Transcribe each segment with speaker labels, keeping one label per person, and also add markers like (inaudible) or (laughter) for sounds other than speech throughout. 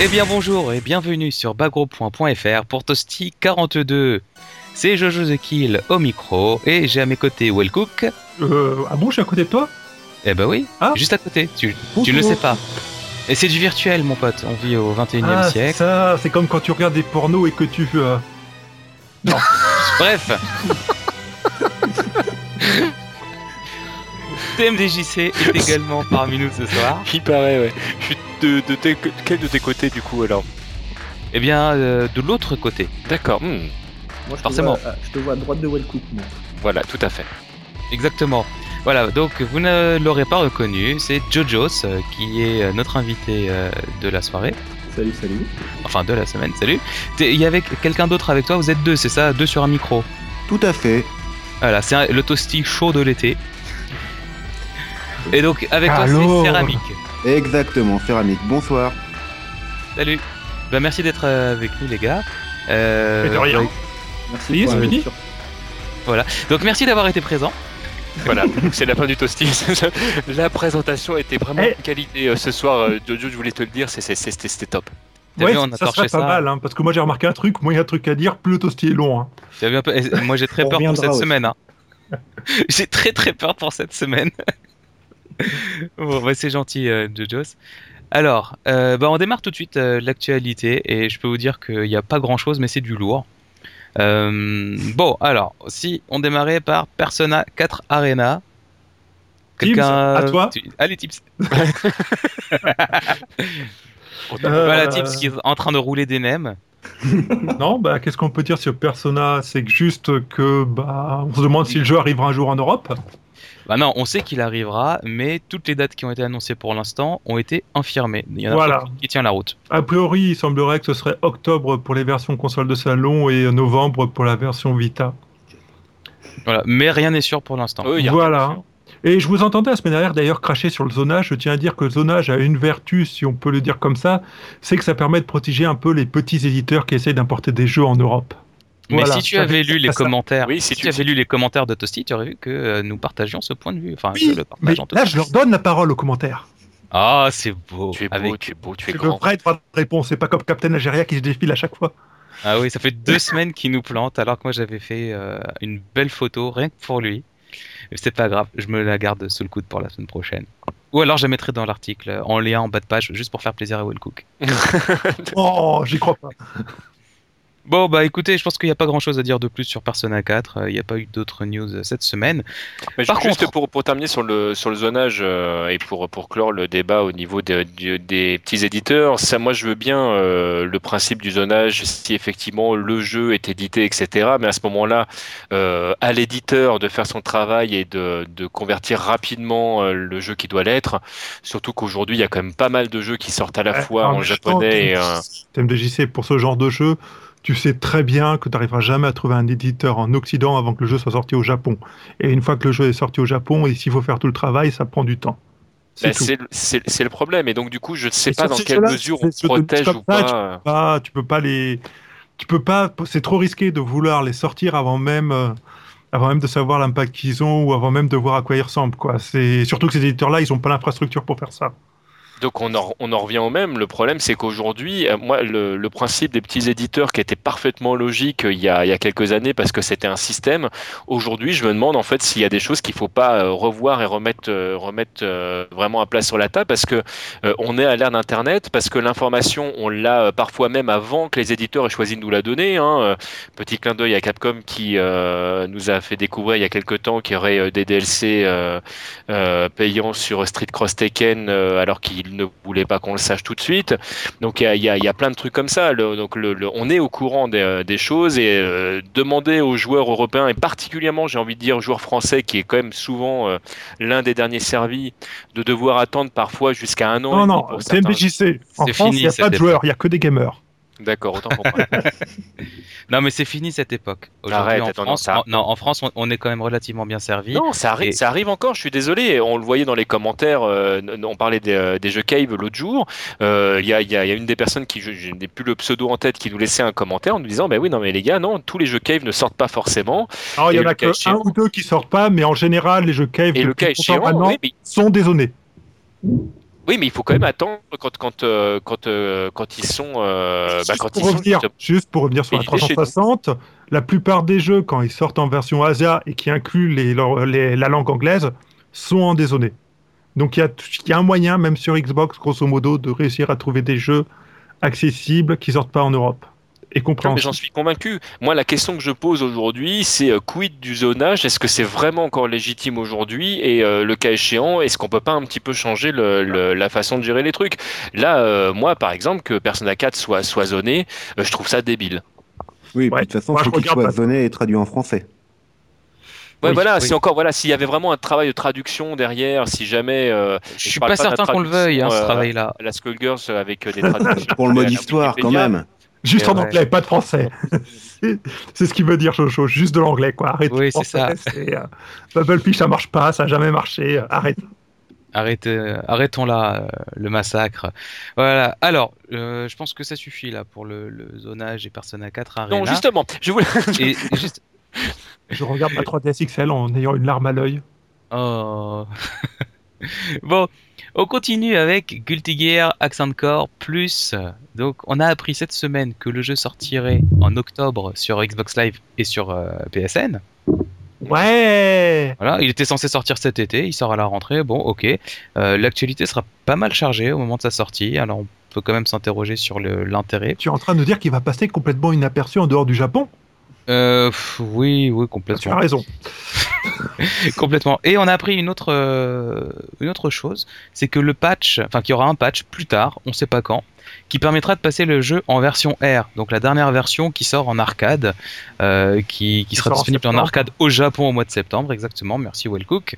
Speaker 1: Eh bien bonjour et bienvenue sur bagro.fr pour Toasty 42. C'est Jojo The Kill au micro et j'ai à mes côtés Well Cook.
Speaker 2: Euh, ah bon, je suis à côté de toi
Speaker 1: Eh ben oui,
Speaker 2: Ah.
Speaker 1: juste à côté, tu,
Speaker 2: Bonjour.
Speaker 1: tu ne le sais pas. Et c'est du virtuel mon pote, on vit au 21 e
Speaker 2: Ah,
Speaker 1: siècle.
Speaker 2: ça, c'est comme quand tu regardes des pornos et que tu... euh,
Speaker 1: Bref. TMDJC
Speaker 2: (laughs)
Speaker 1: est également parmi nous ce soir.
Speaker 3: Il paraît, ouais. Je suis de, de tes- quel de tes côtés du coup alors
Speaker 1: Eh bien euh, de l'autre côté.
Speaker 3: D'accord, hmm,
Speaker 4: Moi, je te
Speaker 1: Forcément.
Speaker 4: vois- ah, je te vois à droite de Wellcook, moi.
Speaker 3: voilà, tout à fait.
Speaker 1: Exactement. Voilà, donc vous ne l'aurez pas reconnu, c'est Jojos euh, qui est euh, notre invité euh, de la soirée,
Speaker 4: Salut, salut.
Speaker 1: enfin de la semaine, salut. T'es- Il y avait quelqu'un d'autre avec toi, vous êtes deux, c'est ça Deux sur un micro.
Speaker 5: Tout à fait.
Speaker 1: Voilà, c'est un- le toasty chaud de l'été. Et donc avec toi
Speaker 2: Alors
Speaker 1: c'est Céramique.
Speaker 5: Exactement, céramique. Bonsoir.
Speaker 1: Salut. Bah, merci d'être euh, avec nous les gars. Euh,
Speaker 2: Mais de rien.
Speaker 1: donc-
Speaker 4: Merci
Speaker 2: Oui,
Speaker 4: pour
Speaker 2: c'est
Speaker 4: la
Speaker 2: fini.
Speaker 4: lecture.
Speaker 1: Donc merci d'avoir été présent.
Speaker 3: (laughs) Voilà, c'est la fin du toasting. (laughs) la présentation était vraiment
Speaker 2: Eh.
Speaker 3: de qualité euh, ce soir. euh, Jojo, je voulais te le dire, c'est- c'est- c'est- c'était c'était top.
Speaker 1: T'as
Speaker 2: ouais,
Speaker 1: vu, on a
Speaker 2: ça
Speaker 1: torché
Speaker 2: serait pas
Speaker 1: ça.
Speaker 2: mal, hein, parce que moi j'ai remarqué un truc, moi il y a un truc à dire, plus le toasty est long. hein. (laughs)
Speaker 1: T'as vu un peu- eh, Moi j'ai très
Speaker 4: On
Speaker 1: peur pour
Speaker 4: reviendra
Speaker 1: cette
Speaker 4: aussi.
Speaker 1: semaine. hein. (laughs) j'ai très très peur pour cette semaine. (laughs) bon, bah, c'est gentil, euh, Jojos. Alors, euh, bah, on démarre tout de suite euh, l'actualité et je peux vous dire qu'il n'y a pas grand chose, mais c'est du lourd. Euh, bon, alors, si on démarrait par Persona 4 Arena.
Speaker 2: Tips, à toi.
Speaker 1: Tu- Allez,
Speaker 4: (laughs)
Speaker 1: Tips.
Speaker 3: On t'a-
Speaker 2: Euh,
Speaker 1: Voilà, Tips qui est en train de rouler des nems.
Speaker 2: Non, bah qu'est-ce qu'on peut dire sur Persona C'est que juste que, bah, on se demande si le jeu arrivera un jour en Europe.
Speaker 1: Bah non, on sait qu'il arrivera, mais toutes les dates qui ont été annoncées pour l'instant ont été infirmées. Il y en a
Speaker 2: Voilà.
Speaker 1: aucune qui tient la route.
Speaker 2: A priori, il semblerait que ce serait octobre pour les versions console de salon et novembre pour la version Vita.
Speaker 1: Voilà. Mais rien n'est sûr pour l'instant.
Speaker 3: Ah Oui, il y a
Speaker 2: Voilà.
Speaker 3: rien
Speaker 2: Et je vous entendais la semaine dernière d'ailleurs cracher sur le zonage. Je tiens à dire que le zonage a une vertu, si on peut le dire comme ça, c'est que ça permet de protéger un peu les petits éditeurs qui essayent d'importer des jeux en Europe.
Speaker 1: Mais
Speaker 2: Voilà.
Speaker 1: si tu avais lu les
Speaker 2: Ça- ça-
Speaker 1: commentaires,
Speaker 3: Oui,
Speaker 1: si,
Speaker 3: si
Speaker 1: tu,
Speaker 3: tu-
Speaker 1: avais lu les commentaires de Toasty, tu aurais vu que euh, nous partagions ce point de vue. Enfin,
Speaker 2: Oui,
Speaker 1: je le
Speaker 2: Mais
Speaker 3: Bah,
Speaker 1: partage en tout
Speaker 2: là,
Speaker 1: cas.
Speaker 2: je leur donne la parole aux commentaires.
Speaker 1: Ah, c'est beau.
Speaker 3: Tu es beau,
Speaker 1: Avec-
Speaker 3: tu es beau, tu es
Speaker 2: C'est le
Speaker 3: grand.
Speaker 2: vrai droit de réponse. C'est pas comme Captain Nigeria qui se défile à chaque fois.
Speaker 1: Ah oui, ça fait deux (laughs) semaines qu'il nous plante, alors que moi j'avais fait euh, une belle photo rien que pour lui. Mais C'est pas grave, je me la garde sous le coude pour la semaine prochaine. Ou alors je la mettrai dans l'article euh, en lien en bas de page, juste pour faire plaisir à Will Cook.
Speaker 2: Oh, j'y crois pas.
Speaker 1: Bon, bah écoutez, je pense qu'il n'y a pas grand chose à dire de plus sur Persona 4. euh, Il n'y a pas eu d'autres news euh, cette semaine.
Speaker 3: Mais
Speaker 1: Par
Speaker 3: juste
Speaker 1: contre-
Speaker 3: pour, pour terminer sur le, sur le zonage euh, et pour, pour clore le débat au niveau des, du- des petits éditeurs, ça, moi je veux bien euh, le principe du zonage, si effectivement le jeu est édité, etc. Mais à ce moment-là, euh, à l'éditeur de faire son travail et de, de convertir rapidement euh, le jeu qui doit l'être, surtout qu'aujourd'hui il y a quand même pas mal de jeux qui sortent à la fois
Speaker 2: Alors,
Speaker 3: en
Speaker 2: Ah, mais je
Speaker 3: japonais et...
Speaker 2: sens
Speaker 3: euh,
Speaker 2: que TMDJC, pour ce genre de jeu, tu sais très bien que tu n'arriveras jamais à trouver un éditeur en Occident avant que le jeu soit sorti au Japon. Et une fois que le jeu est sorti au Japon, et s'il faut faire tout le travail, ça prend du temps. C'est
Speaker 3: bah,
Speaker 2: tout.
Speaker 3: C'est le- c'est- c'est le problème et donc du coup je ne sais
Speaker 2: Et
Speaker 3: pas
Speaker 2: sur
Speaker 3: dans
Speaker 2: ces
Speaker 3: quelle
Speaker 2: jeux-là,
Speaker 3: mesure
Speaker 2: c'est
Speaker 3: on
Speaker 2: ce de-
Speaker 3: protège
Speaker 2: comme
Speaker 3: ou
Speaker 2: ça,
Speaker 3: pas. euh,
Speaker 2: pas- tu peux pas les, tu peux pas, c'est trop risqué de vouloir les sortir avant même, euh, avant même de savoir l'impact qu'ils ont ou avant même de voir à quoi ils ressemblent, quoi. C'est surtout que ces éditeurs-là, ils ont pas l'infrastructure pour faire ça.
Speaker 3: Donc on en, on en revient au même. Le problème, c'est qu'aujourd'hui, euh, moi, le, le principe des petits éditeurs qui était parfaitement logique euh, il y a, il y a quelques années parce que c'était un système, aujourd'hui, je me demande en fait s'il y a des choses qu'il faut pas euh, revoir et remettre, euh, remettre euh, vraiment à plat sur la table parce que euh, on est à l'ère d'Internet, parce que l'information, on l'a euh, parfois même avant que les éditeurs aient choisi de nous la donner. hein. Euh, Petit clin d'œil à Capcom qui euh, nous a fait découvrir il y a quelques temps qu'il y aurait euh, des DLC. euh, euh, payant sur Street Cross Tekken euh, alors qu'il ne voulait pas qu'on le sache tout de suite. Donc il y a, il y a- il y a plein de trucs comme ça. Le- donc le- le- on est au courant des, euh, des choses et euh, demander aux joueurs européens et particulièrement, j'ai envie de dire, aux joueurs français qui est quand même souvent euh, l'un des derniers servis, de devoir attendre parfois jusqu'à un an. et
Speaker 2: non,
Speaker 3: demi
Speaker 2: non,
Speaker 3: pour certains.
Speaker 2: TMDJC. En
Speaker 1: C'est
Speaker 2: France,
Speaker 1: fini,
Speaker 2: il n'y a
Speaker 1: cette
Speaker 2: pas de
Speaker 1: époque.
Speaker 2: joueurs, il y a que des gamers.
Speaker 3: D'accord, autant pour moi.
Speaker 1: Non, mais c'est fini cette époque. Aujourd'hui,
Speaker 3: Arrête,
Speaker 1: en,
Speaker 3: attends, non,
Speaker 1: France,
Speaker 3: ça-
Speaker 1: en- non, en France, on, on est quand même relativement bien servi.
Speaker 3: Non, ça arrive,
Speaker 1: Et-
Speaker 3: ça arrive encore, je suis désolé. On le voyait dans les commentaires, euh, n- on parlait des, euh, des jeux Cave l'autre jour. Euh, Il y, a, il y a- il y a une des personnes qui, je, je n'ai plus le pseudo en tête, qui nous laissait un commentaire en nous disant, ben oui, non mais les gars, non, tous les jeux Cave ne sortent pas forcément.
Speaker 2: Alors, il y
Speaker 3: Et
Speaker 2: en
Speaker 3: le
Speaker 2: a
Speaker 3: cas
Speaker 2: que
Speaker 3: échéant-
Speaker 2: un ou deux qui sortent pas, mais en général, les jeux cave
Speaker 3: Et le
Speaker 2: depuis
Speaker 3: cas
Speaker 2: longtemps
Speaker 3: échéant,
Speaker 2: maintenant
Speaker 3: oui, mais
Speaker 2: sont déshonnés.
Speaker 3: Oui, mais il faut quand même attendre quand quand euh, quand euh, quand ils sont euh, bah,
Speaker 2: juste,
Speaker 3: quand ils
Speaker 2: pour
Speaker 3: sont
Speaker 2: revenir,
Speaker 3: justement-
Speaker 2: juste pour revenir sur
Speaker 3: Et
Speaker 2: la
Speaker 3: il est chez nous.
Speaker 2: 360, la plupart des jeux, quand ils sortent en version Asia et qui incluent les, leur- les- la langue anglaise, sont en dézonné. Donc il y a, il y a un moyen, même sur Xbox, grosso modo, de réussir à trouver des jeux accessibles qui sortent pas en Europe et
Speaker 3: Non, mais j'en
Speaker 2: compréhensibles.
Speaker 3: suis convaincu. Moi, la question que je pose aujourd'hui, c'est euh, quid du zonage Est-ce que c'est vraiment encore légitime aujourd'hui Et euh, le cas échéant, est-ce qu'on peut pas un petit peu changer le- le- la façon de gérer les trucs Là, euh, moi, par exemple, que Persona 4 soit, soit zoné, euh, je trouve ça débile.
Speaker 5: Oui, et puis
Speaker 2: Ouais.
Speaker 5: de toute façon,
Speaker 2: Moi,
Speaker 5: il
Speaker 2: je
Speaker 5: faut qu'il
Speaker 2: regarde
Speaker 5: soit
Speaker 2: pas.
Speaker 5: zoné et traduit en français.
Speaker 3: Ouais,
Speaker 1: Oui,
Speaker 3: voilà.
Speaker 1: oui.
Speaker 3: Si encore, voilà, s'il y avait vraiment un travail de traduction derrière, si jamais euh,
Speaker 1: Je suis
Speaker 3: parle
Speaker 1: pas
Speaker 3: pas de la
Speaker 1: certain qu'on le veuille, hein, ce
Speaker 3: traduction, euh,
Speaker 1: travail-là.
Speaker 3: la Skullgirls avec euh, des traductions (laughs)
Speaker 5: Pour le mode
Speaker 3: à la
Speaker 5: histoire, quand
Speaker 3: Wikipédia,
Speaker 5: même.
Speaker 2: Juste en
Speaker 1: Ouais.
Speaker 2: anglais, pas de français. (laughs) C'est- c'est ce qu'il veut dire, Jojo, juste de l'anglais, quoi. Arrête.
Speaker 1: Oui, c'est ça.
Speaker 2: Bubble Peach, ça marche pas, ça a jamais marché. euh, Arrête.
Speaker 1: Arrête, euh, arrêtons là euh, le massacre. Voilà. Alors, euh, je pense que ça suffit là pour le, le zonage et Persona 4 Arena.
Speaker 3: Non, justement, je voulais.
Speaker 1: Et juste.
Speaker 2: Je regarde ma 3DS XL en ayant une larme à l'œil.
Speaker 1: Oh. (laughs) bon, on continue avec Guilty Gear Accent Core Plus. Donc, on a appris cette semaine que le jeu sortirait en octobre sur Xbox Live et sur euh, PSN.
Speaker 2: Ouais
Speaker 1: Voilà, il était censé sortir cet été, il sort à la rentrée. Bon, ok. Euh, L'actualité sera pas mal chargée au moment de sa sortie, alors on peut quand même s'interroger sur le- l'intérêt.
Speaker 2: Tu es en train de nous dire qu'il va passer complètement inaperçu en dehors du Japon
Speaker 1: Euh, pff, oui, oui, complètement.
Speaker 2: Tu as raison.
Speaker 1: (laughs) Complètement. Et on a appris une autre, euh, une autre chose, c'est que le patch, enfin qu'il y aura un patch plus tard, on sait pas quand, qui permettra de passer le jeu en version R, donc la dernière version qui sort en arcade, euh, qui, qui
Speaker 2: Qui
Speaker 1: sera
Speaker 2: sort en
Speaker 1: disponible en,
Speaker 2: septembre.
Speaker 1: arcade au Japon au mois de septembre, exactement, merci Wellcook.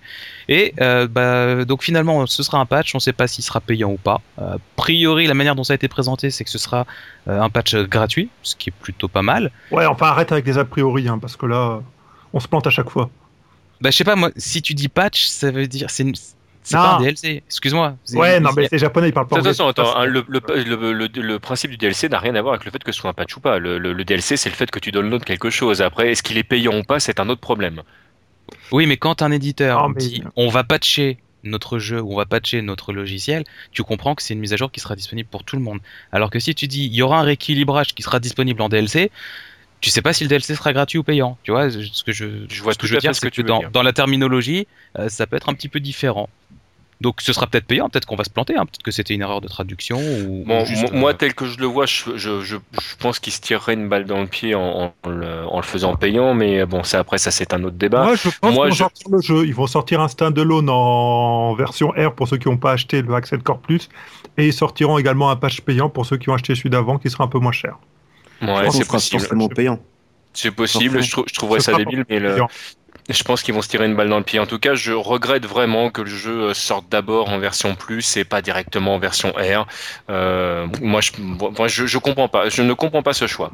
Speaker 1: Et euh, bah, donc finalement ce sera un patch, on sait pas s'il sera payant ou pas. Euh, a priori la manière dont ça a été présenté c'est que ce sera euh, un patch gratuit, ce qui est plutôt pas mal.
Speaker 2: Ouais, enfin arrête avec des a priori, hein, parce que là, on se plante à chaque fois.
Speaker 1: Bah, je sais pas, moi, si tu dis patch, ça veut dire. C'est une- c'est
Speaker 2: Non.
Speaker 1: pas un DLC, excuse-moi. C'est-
Speaker 2: Ouais, non,
Speaker 1: c'est-
Speaker 2: mais les japonais, ils parlent pas
Speaker 3: Attention,
Speaker 2: anglais.
Speaker 3: attends, hein, le, le, le, le- le principe du DLC n'a rien à voir avec le fait que ce soit un patch ou pas. Le, le- le DLC, c'est le fait que tu downloads quelque chose. Après, est-ce qu'il est payant ou pas, c'est un autre problème.
Speaker 1: Oui, mais quand un éditeur
Speaker 2: Non, mais-
Speaker 1: dit on va patcher notre jeu ou on va patcher notre logiciel, tu comprends que c'est une mise à jour qui sera disponible pour tout le monde. Alors que si tu dis il y aura un rééquilibrage qui sera disponible en DLC, tu sais pas si le DLC sera gratuit ou payant. Tu vois, je- ce que je,
Speaker 3: Je vois
Speaker 1: ce que
Speaker 3: tout
Speaker 1: je veux
Speaker 3: à fait
Speaker 1: dire,
Speaker 3: ce
Speaker 1: c'est
Speaker 3: que
Speaker 1: que,
Speaker 3: tu veux
Speaker 1: dans,
Speaker 3: dire.
Speaker 1: dans la terminologie, euh, ça peut être un petit peu différent. Donc ce sera peut-être payant, peut-être qu'on va se planter, hein, peut-être que c'était une erreur de traduction ou,
Speaker 3: Bon,
Speaker 1: ou juste,
Speaker 3: mo- moi,
Speaker 1: euh,
Speaker 3: tel que je le vois, je, je, je, je pense qu'il se tirerait une balle dans le pied en, en le, en le faisant payant, mais bon, ça après, ça c'est un autre débat.
Speaker 2: Moi, je pense qu'ils
Speaker 3: moi,
Speaker 2: vont
Speaker 3: je-
Speaker 2: sortir le jeu. Ils vont sortir un standalone en version R pour ceux qui n'ont pas acheté le Accent Core Plus. Et ils sortiront également un patch payant pour ceux qui ont acheté celui d'avant, qui sera un peu moins cher.
Speaker 3: Ouais,
Speaker 5: Je
Speaker 3: c'est
Speaker 5: pense que ce sera
Speaker 3: possible.
Speaker 5: forcément payant.
Speaker 3: C'est possible, je, trou- je trouverais
Speaker 2: Ce
Speaker 3: ça
Speaker 2: sera
Speaker 3: débile, mais le-
Speaker 2: Payant.
Speaker 3: je pense qu'ils vont se tirer une balle dans le pied. En tout cas, je regrette vraiment que le jeu euh, sorte d'abord en version plus et pas directement en version R. Euh, moi, je, moi je, je comprends pas. Je ne comprends pas ce choix.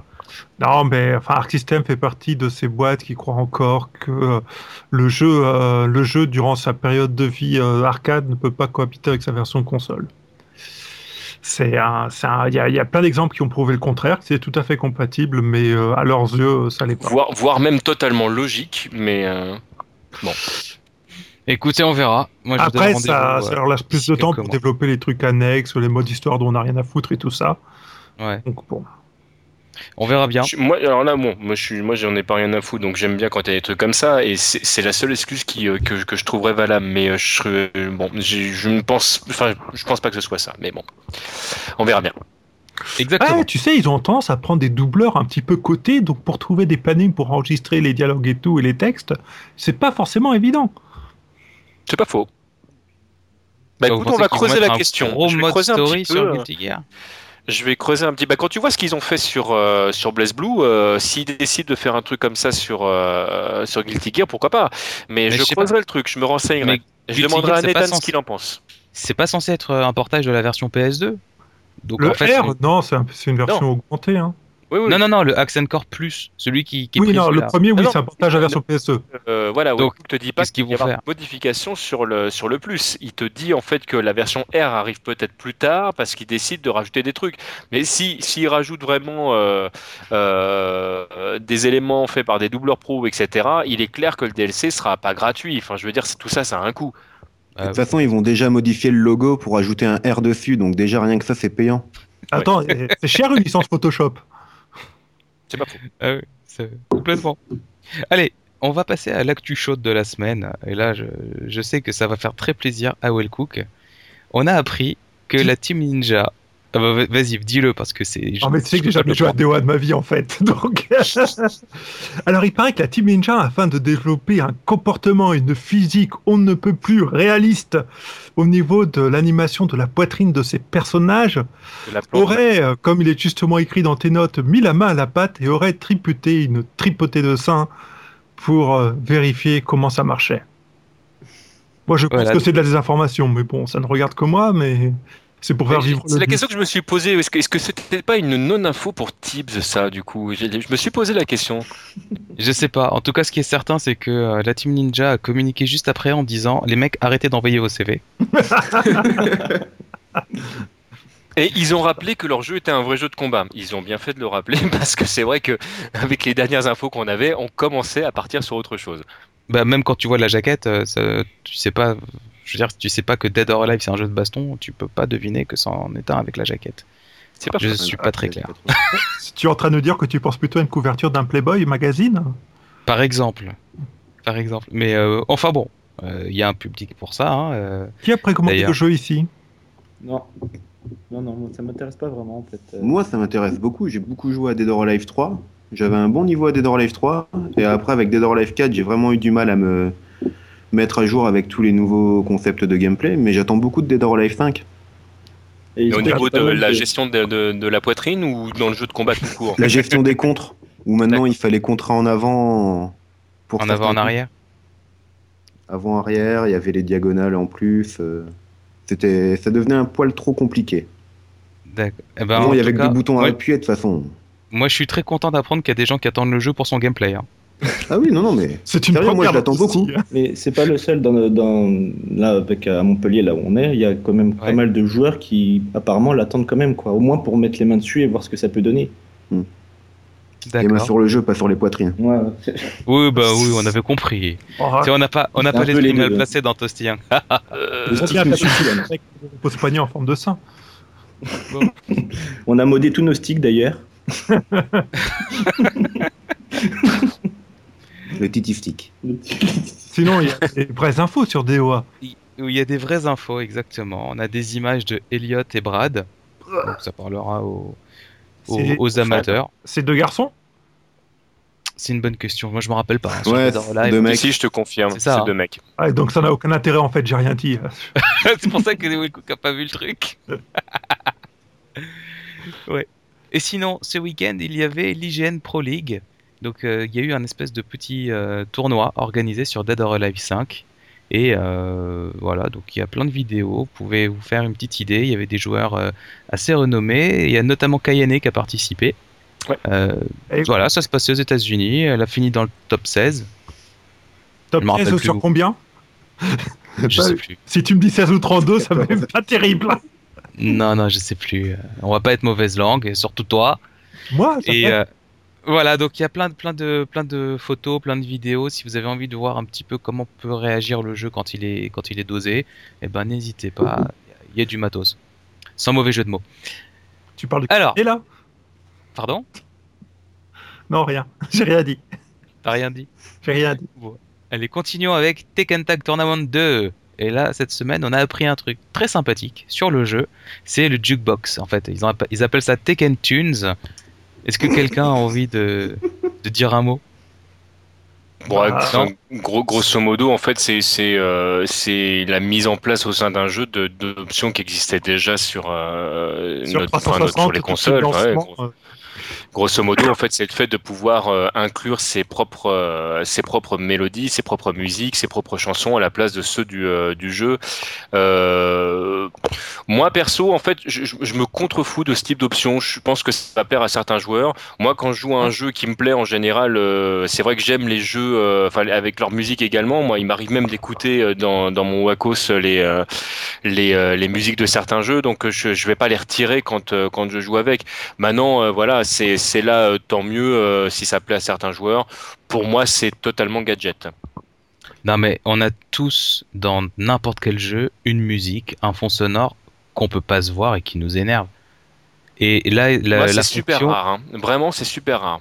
Speaker 2: Non, mais enfin, Arc System fait partie de ces boîtes qui croient encore que euh, le jeu, euh, le jeu durant sa période de vie euh, arcade ne peut pas cohabiter avec sa version console. C'est un, c'est un- il y a, il y a plein d'exemples qui ont prouvé le contraire, que c'est tout à fait compatible, mais euh, à leurs yeux, ça l'est pas.
Speaker 3: voire, voire même totalement logique, mais euh,
Speaker 1: euh, Écoutez, on verra. Moi, je vous donne
Speaker 2: Après, ça,
Speaker 1: rendez-vous,
Speaker 2: ça
Speaker 1: euh,
Speaker 2: leur laisse plus
Speaker 1: d'ici
Speaker 2: de temps
Speaker 1: quelques
Speaker 2: pour
Speaker 1: mois.
Speaker 2: développer les trucs annexes, les modes histoire dont on n'a rien à foutre et tout ça.
Speaker 1: Ouais.
Speaker 2: Donc bon.
Speaker 1: on verra bien.
Speaker 3: je- moi, alors là, bon, moi, je suis, moi, j'en ai pas rien à foutre, donc j'aime bien quand il y a des trucs comme ça, et c'est c'est la seule excuse qui, euh, que, que je trouverais valable. Mais euh, je, serais- bon, j'ai- je ne pense, enfin, je pense pas que ce soit ça, mais bon, on verra bien.
Speaker 1: Exactement.
Speaker 2: Ouais, tu sais, ils ont tendance à prendre des doubleurs un petit peu cotés, donc pour trouver des plannings pour enregistrer les dialogues et tout et les textes, c'est pas forcément évident.
Speaker 3: C'est pas faux. Bah
Speaker 1: Donc,
Speaker 3: écoute,
Speaker 1: vous
Speaker 3: on va
Speaker 1: pensez qu'ils vont
Speaker 3: creuser
Speaker 1: mettre
Speaker 3: la
Speaker 1: un
Speaker 3: question.
Speaker 1: Gros
Speaker 3: Je vais
Speaker 1: mode
Speaker 3: creuser un
Speaker 1: story
Speaker 3: petit
Speaker 1: sur
Speaker 3: peu. euh,
Speaker 1: Guilty Gear.
Speaker 3: Je vais creuser un petit. Bah, quand tu vois ce qu'ils ont fait sur euh, sur Blaze Blue, euh, s'ils décident de faire un truc comme ça sur euh, sur Guilty Gear, pourquoi pas Mais,
Speaker 1: Mais
Speaker 3: je
Speaker 1: je sais
Speaker 3: creuserai le truc, je me renseignerai.
Speaker 1: Mais
Speaker 3: je
Speaker 1: Guilty
Speaker 3: demanderai
Speaker 1: Gear,
Speaker 3: à
Speaker 1: c'est pas
Speaker 3: Nathan ce
Speaker 1: censé-
Speaker 3: qu'il en pense.
Speaker 1: C'est pas censé être euh, un portage de la version PS2. Donc
Speaker 2: Le
Speaker 1: en fait,
Speaker 2: R,
Speaker 1: on-
Speaker 2: non, c'est un- c'est une version augmentée. Hein.
Speaker 3: Oui, oui.
Speaker 1: non non non, le Accent Core Plus, celui qui, qui est Ah
Speaker 2: Oui,
Speaker 1: pris
Speaker 2: non,
Speaker 1: sur
Speaker 2: le
Speaker 1: la-
Speaker 2: premier, oui,
Speaker 3: non,
Speaker 2: c'est un portage à
Speaker 3: le-
Speaker 2: version E. PSE.
Speaker 3: Euh, voilà,
Speaker 1: Donc,
Speaker 3: donc ne te dis pas
Speaker 1: qu'est-ce qu'ils
Speaker 3: qu'il y
Speaker 1: vont
Speaker 3: aura
Speaker 1: faire
Speaker 3: de modification sur le, sur le plus. Il te dit en fait que la version R arrive peut-être plus tard parce qu'ils décident de rajouter des trucs. Mais si s'ils rajoutent vraiment euh, euh, euh, des éléments faits par des doubleurs pro, etc., il est clair que le DLC sera pas gratuit. Enfin, je veux dire, c'est- tout ça, ça a un coût.
Speaker 5: De
Speaker 1: Ah,
Speaker 5: toute façon, ils vont déjà modifier le logo pour ajouter un R dessus, donc déjà rien que ça, c'est payant.
Speaker 2: Attends, c'est cher une licence Photoshop.
Speaker 3: C'est pas faux.
Speaker 1: Ah oui, c'est- complètement. Allez, on va passer à l'actu chaude de la semaine. Et là, je, je sais que ça va faire très plaisir à Wellcook. On a appris que la Team Ninja. Ah bah, va- vas-y, dis-le parce que c'est.
Speaker 2: Non, Ah, mais tu sais que j'ai jamais joué à DOA de ma vie, en fait. (laughs) Donc... Alors, il paraît que la Team Ninja, afin de développer un comportement et une physique on ne peut plus réaliste au niveau de l'animation de la poitrine de ses personnages,
Speaker 3: De la plante.
Speaker 2: aurait, euh, comme il est justement écrit dans tes notes, mis la main à la pâte et aurait tripoté une tripotée de seins pour euh, vérifier comment ça marchait. Moi, je pense
Speaker 1: Voilà.
Speaker 2: que c'est de la désinformation, mais bon, ça ne regarde que moi, mais c'est pour faire vivre.
Speaker 3: C'est
Speaker 2: le
Speaker 3: la
Speaker 2: doute.
Speaker 3: question que je me suis posée. Est-ce que, est-ce que c'était pas une non-info pour Tibbs, ça, du coup J'ai- Je me suis posé la question.
Speaker 1: Je sais pas. En tout cas, ce qui est certain, c'est que euh, la Team Ninja a communiqué juste après en disant les mecs, arrêtez d'envoyer vos CV.
Speaker 3: Et ils ont rappelé que leur jeu était un vrai jeu de combat. Ils ont bien fait de le rappeler (laughs) parce que c'est vrai que, avec les dernières infos qu'on avait, on commençait à partir sur autre chose.
Speaker 1: Bah, même quand tu vois la jaquette, euh, ça- tu sais pas. Je veux dire, si tu sais pas que Dead or Alive c'est un jeu de baston, tu peux pas deviner que ça en est un avec la jaquette.
Speaker 3: C'est pas
Speaker 1: Je
Speaker 3: faux.
Speaker 1: suis pas
Speaker 5: Ah,
Speaker 1: très clair.
Speaker 2: Tu es en train de dire que tu penses plutôt à une couverture d'un Playboy magazine
Speaker 1: Par exemple. Par exemple. Mais euh, enfin bon, euh, il y a un public pour ça. hein, euh.
Speaker 2: Qui a précommandé
Speaker 1: D'ailleurs.
Speaker 2: le jeu ici
Speaker 4: Non. Non, non, moi, ça m'intéresse pas vraiment en fait. Euh,
Speaker 5: (laughs) Moi, ça m'intéresse beaucoup. J'ai beaucoup joué à Dead or Alive 3. J'avais un bon niveau à Dead or Alive 3. Et après, avec Dead or Alive 4, j'ai vraiment eu du mal à me mettre à jour avec tous les nouveaux concepts de gameplay. Mais j'attends beaucoup de Dead or Alive 5.
Speaker 4: et ils
Speaker 3: Mais au
Speaker 4: ont
Speaker 3: niveau
Speaker 4: pas
Speaker 3: de
Speaker 4: mal
Speaker 3: la gestion de, de- de la poitrine ou dans le jeu de combat tout court
Speaker 5: La gestion des contres, où maintenant il fallait contrats en avant. Pour
Speaker 1: en avant, en
Speaker 5: certains
Speaker 1: arrière.
Speaker 5: avant arrière, il y avait les diagonales en plus. euh, c'était, ça devenait un poil trop compliqué.
Speaker 1: D'accord. Eh ben,
Speaker 5: Bon,
Speaker 1: en
Speaker 5: il y
Speaker 1: tout
Speaker 5: avait que
Speaker 1: cas,
Speaker 5: des boutons à
Speaker 1: moi,
Speaker 5: appuyer de toute façon.
Speaker 1: moi, je suis très content d'apprendre qu'il y a des gens qui attendent le jeu pour son gameplay. hein.
Speaker 5: Ah oui, non, non, mais
Speaker 2: C'est une
Speaker 5: Sérieux,
Speaker 2: première. hein.
Speaker 5: moi, je l'attends
Speaker 2: dans ce
Speaker 5: beaucoup.
Speaker 2: style.
Speaker 4: Mais c'est pas le seul dans, dans là avec à Montpellier là où on est, il y a quand même
Speaker 1: Ouais.
Speaker 4: pas mal de joueurs qui apparemment l'attendent quand même quoi, au moins pour mettre les mains dessus et voir ce que ça peut donner.
Speaker 5: les mains
Speaker 1: D'accord.
Speaker 5: sur le jeu, pas sur les poitrines.
Speaker 4: Ouais, (laughs) c'est
Speaker 1: Oui, bah oui, on avait compris.
Speaker 2: Oh,
Speaker 1: (laughs) Tu sais, on n'a pas, on n'a
Speaker 4: C'est
Speaker 1: pas
Speaker 4: un
Speaker 1: les
Speaker 4: peu les
Speaker 1: trucs mal
Speaker 4: deux.
Speaker 1: placés dans Tostien.
Speaker 3: Euh,
Speaker 4: le
Speaker 2: c'est
Speaker 4: style
Speaker 2: bien,
Speaker 4: nous
Speaker 2: t'as-
Speaker 4: suffit, là.
Speaker 2: pose poignet en forme de sein.
Speaker 4: (laughs) On a modé tous nos sticks (laughs) d'ailleurs.
Speaker 5: Le titi stick.
Speaker 2: Sinon,
Speaker 1: (laughs)
Speaker 2: il y a des vraies infos sur DOA.
Speaker 1: où il y a des vraies infos, exactement. On a des images de Elliot et Brad. Donc ça parlera aux, aux-
Speaker 2: C'est-
Speaker 1: aux amateurs.
Speaker 2: Ces deux garçons
Speaker 1: C'est une bonne question. Moi, je me rappelle pas. hein, sur
Speaker 5: Ouais,
Speaker 1: Dead or Alive.
Speaker 5: deux mecs.
Speaker 3: Si, je te confirme,
Speaker 1: C'est
Speaker 3: c'est
Speaker 1: ça, hein.
Speaker 3: deux mecs.
Speaker 2: ah, Donc ça n'a aucun intérêt en fait, j'ai rien dit.
Speaker 1: (laughs) c'est pour ça que Will Cook a pas vu le truc. (laughs) ouais. Et sinon, ce week-end, il y avait l'IGN Pro League. Donc, euh, il y a eu un espèce de petit euh, tournoi organisé sur Dead or Alive 5. Et euh, voilà, donc il y a plein de vidéos. Vous pouvez vous faire une petite idée. Il y avait des joueurs euh, assez renommés. Il y a notamment Kayane qui a participé.
Speaker 3: Ouais.
Speaker 1: Euh,
Speaker 2: Et-
Speaker 1: Voilà, ça se passait aux États-Unis. Elle a fini dans le top 16.
Speaker 2: Top
Speaker 1: Je m'en rappelle
Speaker 2: 13
Speaker 1: plus
Speaker 2: sur
Speaker 1: où.
Speaker 2: combien
Speaker 1: Je
Speaker 2: Bah,
Speaker 1: sais plus.
Speaker 2: Si tu me dis 16 ou 32, ça m'est pas terrible.
Speaker 1: Non, non, je sais plus. Euh, On va pas être mauvaise langue, et surtout toi.
Speaker 2: Moi,
Speaker 1: (laughs)
Speaker 2: ça
Speaker 1: Et
Speaker 2: fait-
Speaker 1: euh, voilà, donc il y a plein de, plein, de, plein de photos, plein de vidéos. Si vous avez envie de voir un petit peu comment peut réagir le jeu quand il est, quand il est dosé, eh ben n'hésitez pas. Il y a du matos. Sans mauvais jeu de mots.
Speaker 2: tu parles de...
Speaker 1: Alors,
Speaker 2: Et là
Speaker 1: pardon
Speaker 2: Non, rien. (laughs) J'ai rien dit.
Speaker 1: T'as rien dit
Speaker 2: J'ai rien dit.
Speaker 1: Allez, continuons avec Tekken Tag Tournament 2. Et là, cette semaine, on a appris un truc très sympathique sur le jeu. C'est le jukebox, en fait. Ils, en appe- ils appellent ça Tekken Tunes. Est-ce que quelqu'un a envie de, de dire un mot
Speaker 3: Bon,
Speaker 2: Ah.
Speaker 3: gros- gros, grosso modo, en fait, c'est c'est euh, c'est la mise en place au sein d'un jeu de- d'options qui existaient déjà sur, euh,
Speaker 2: Sur
Speaker 3: notre- enfin, notre-
Speaker 2: 360,
Speaker 3: sur les
Speaker 2: tout de suite,
Speaker 3: consoles. ouais,
Speaker 2: lancement,
Speaker 3: gros-
Speaker 2: euh,
Speaker 3: grosso modo, en fait, c'est le fait de pouvoir euh, inclure ses propres, euh, ses propres mélodies, ses propres musiques, ses propres chansons à la place de ceux du, euh, du jeu. Euh, moi, perso, en fait, je, je- je me contrefous de ce type d'option. Je pense que ça perd à certains joueurs. Moi, quand je joue à un jeu qui me plaît en général, euh, c'est vrai que j'aime les jeux euh, enfin, avec leur musique également. Moi, il m'arrive même d'écouter euh, dans, dans mon Wacos les, euh, les, euh, les musiques de certains jeux. Donc, euh, je, je vais pas les retirer quand, euh, quand je joue avec. Maintenant, euh, voilà, c'est c'est là, euh, tant mieux euh, si ça plaît à certains joueurs. Pour moi, c'est totalement gadget.
Speaker 1: Non, mais on a tous, dans n'importe quel jeu, une musique, un fond sonore qu'on peut pas se voir et qui nous énerve. Et là, la,
Speaker 3: Moi,
Speaker 1: la
Speaker 3: c'est super
Speaker 1: fonction-
Speaker 3: rare. hein. Vraiment, c'est super rare.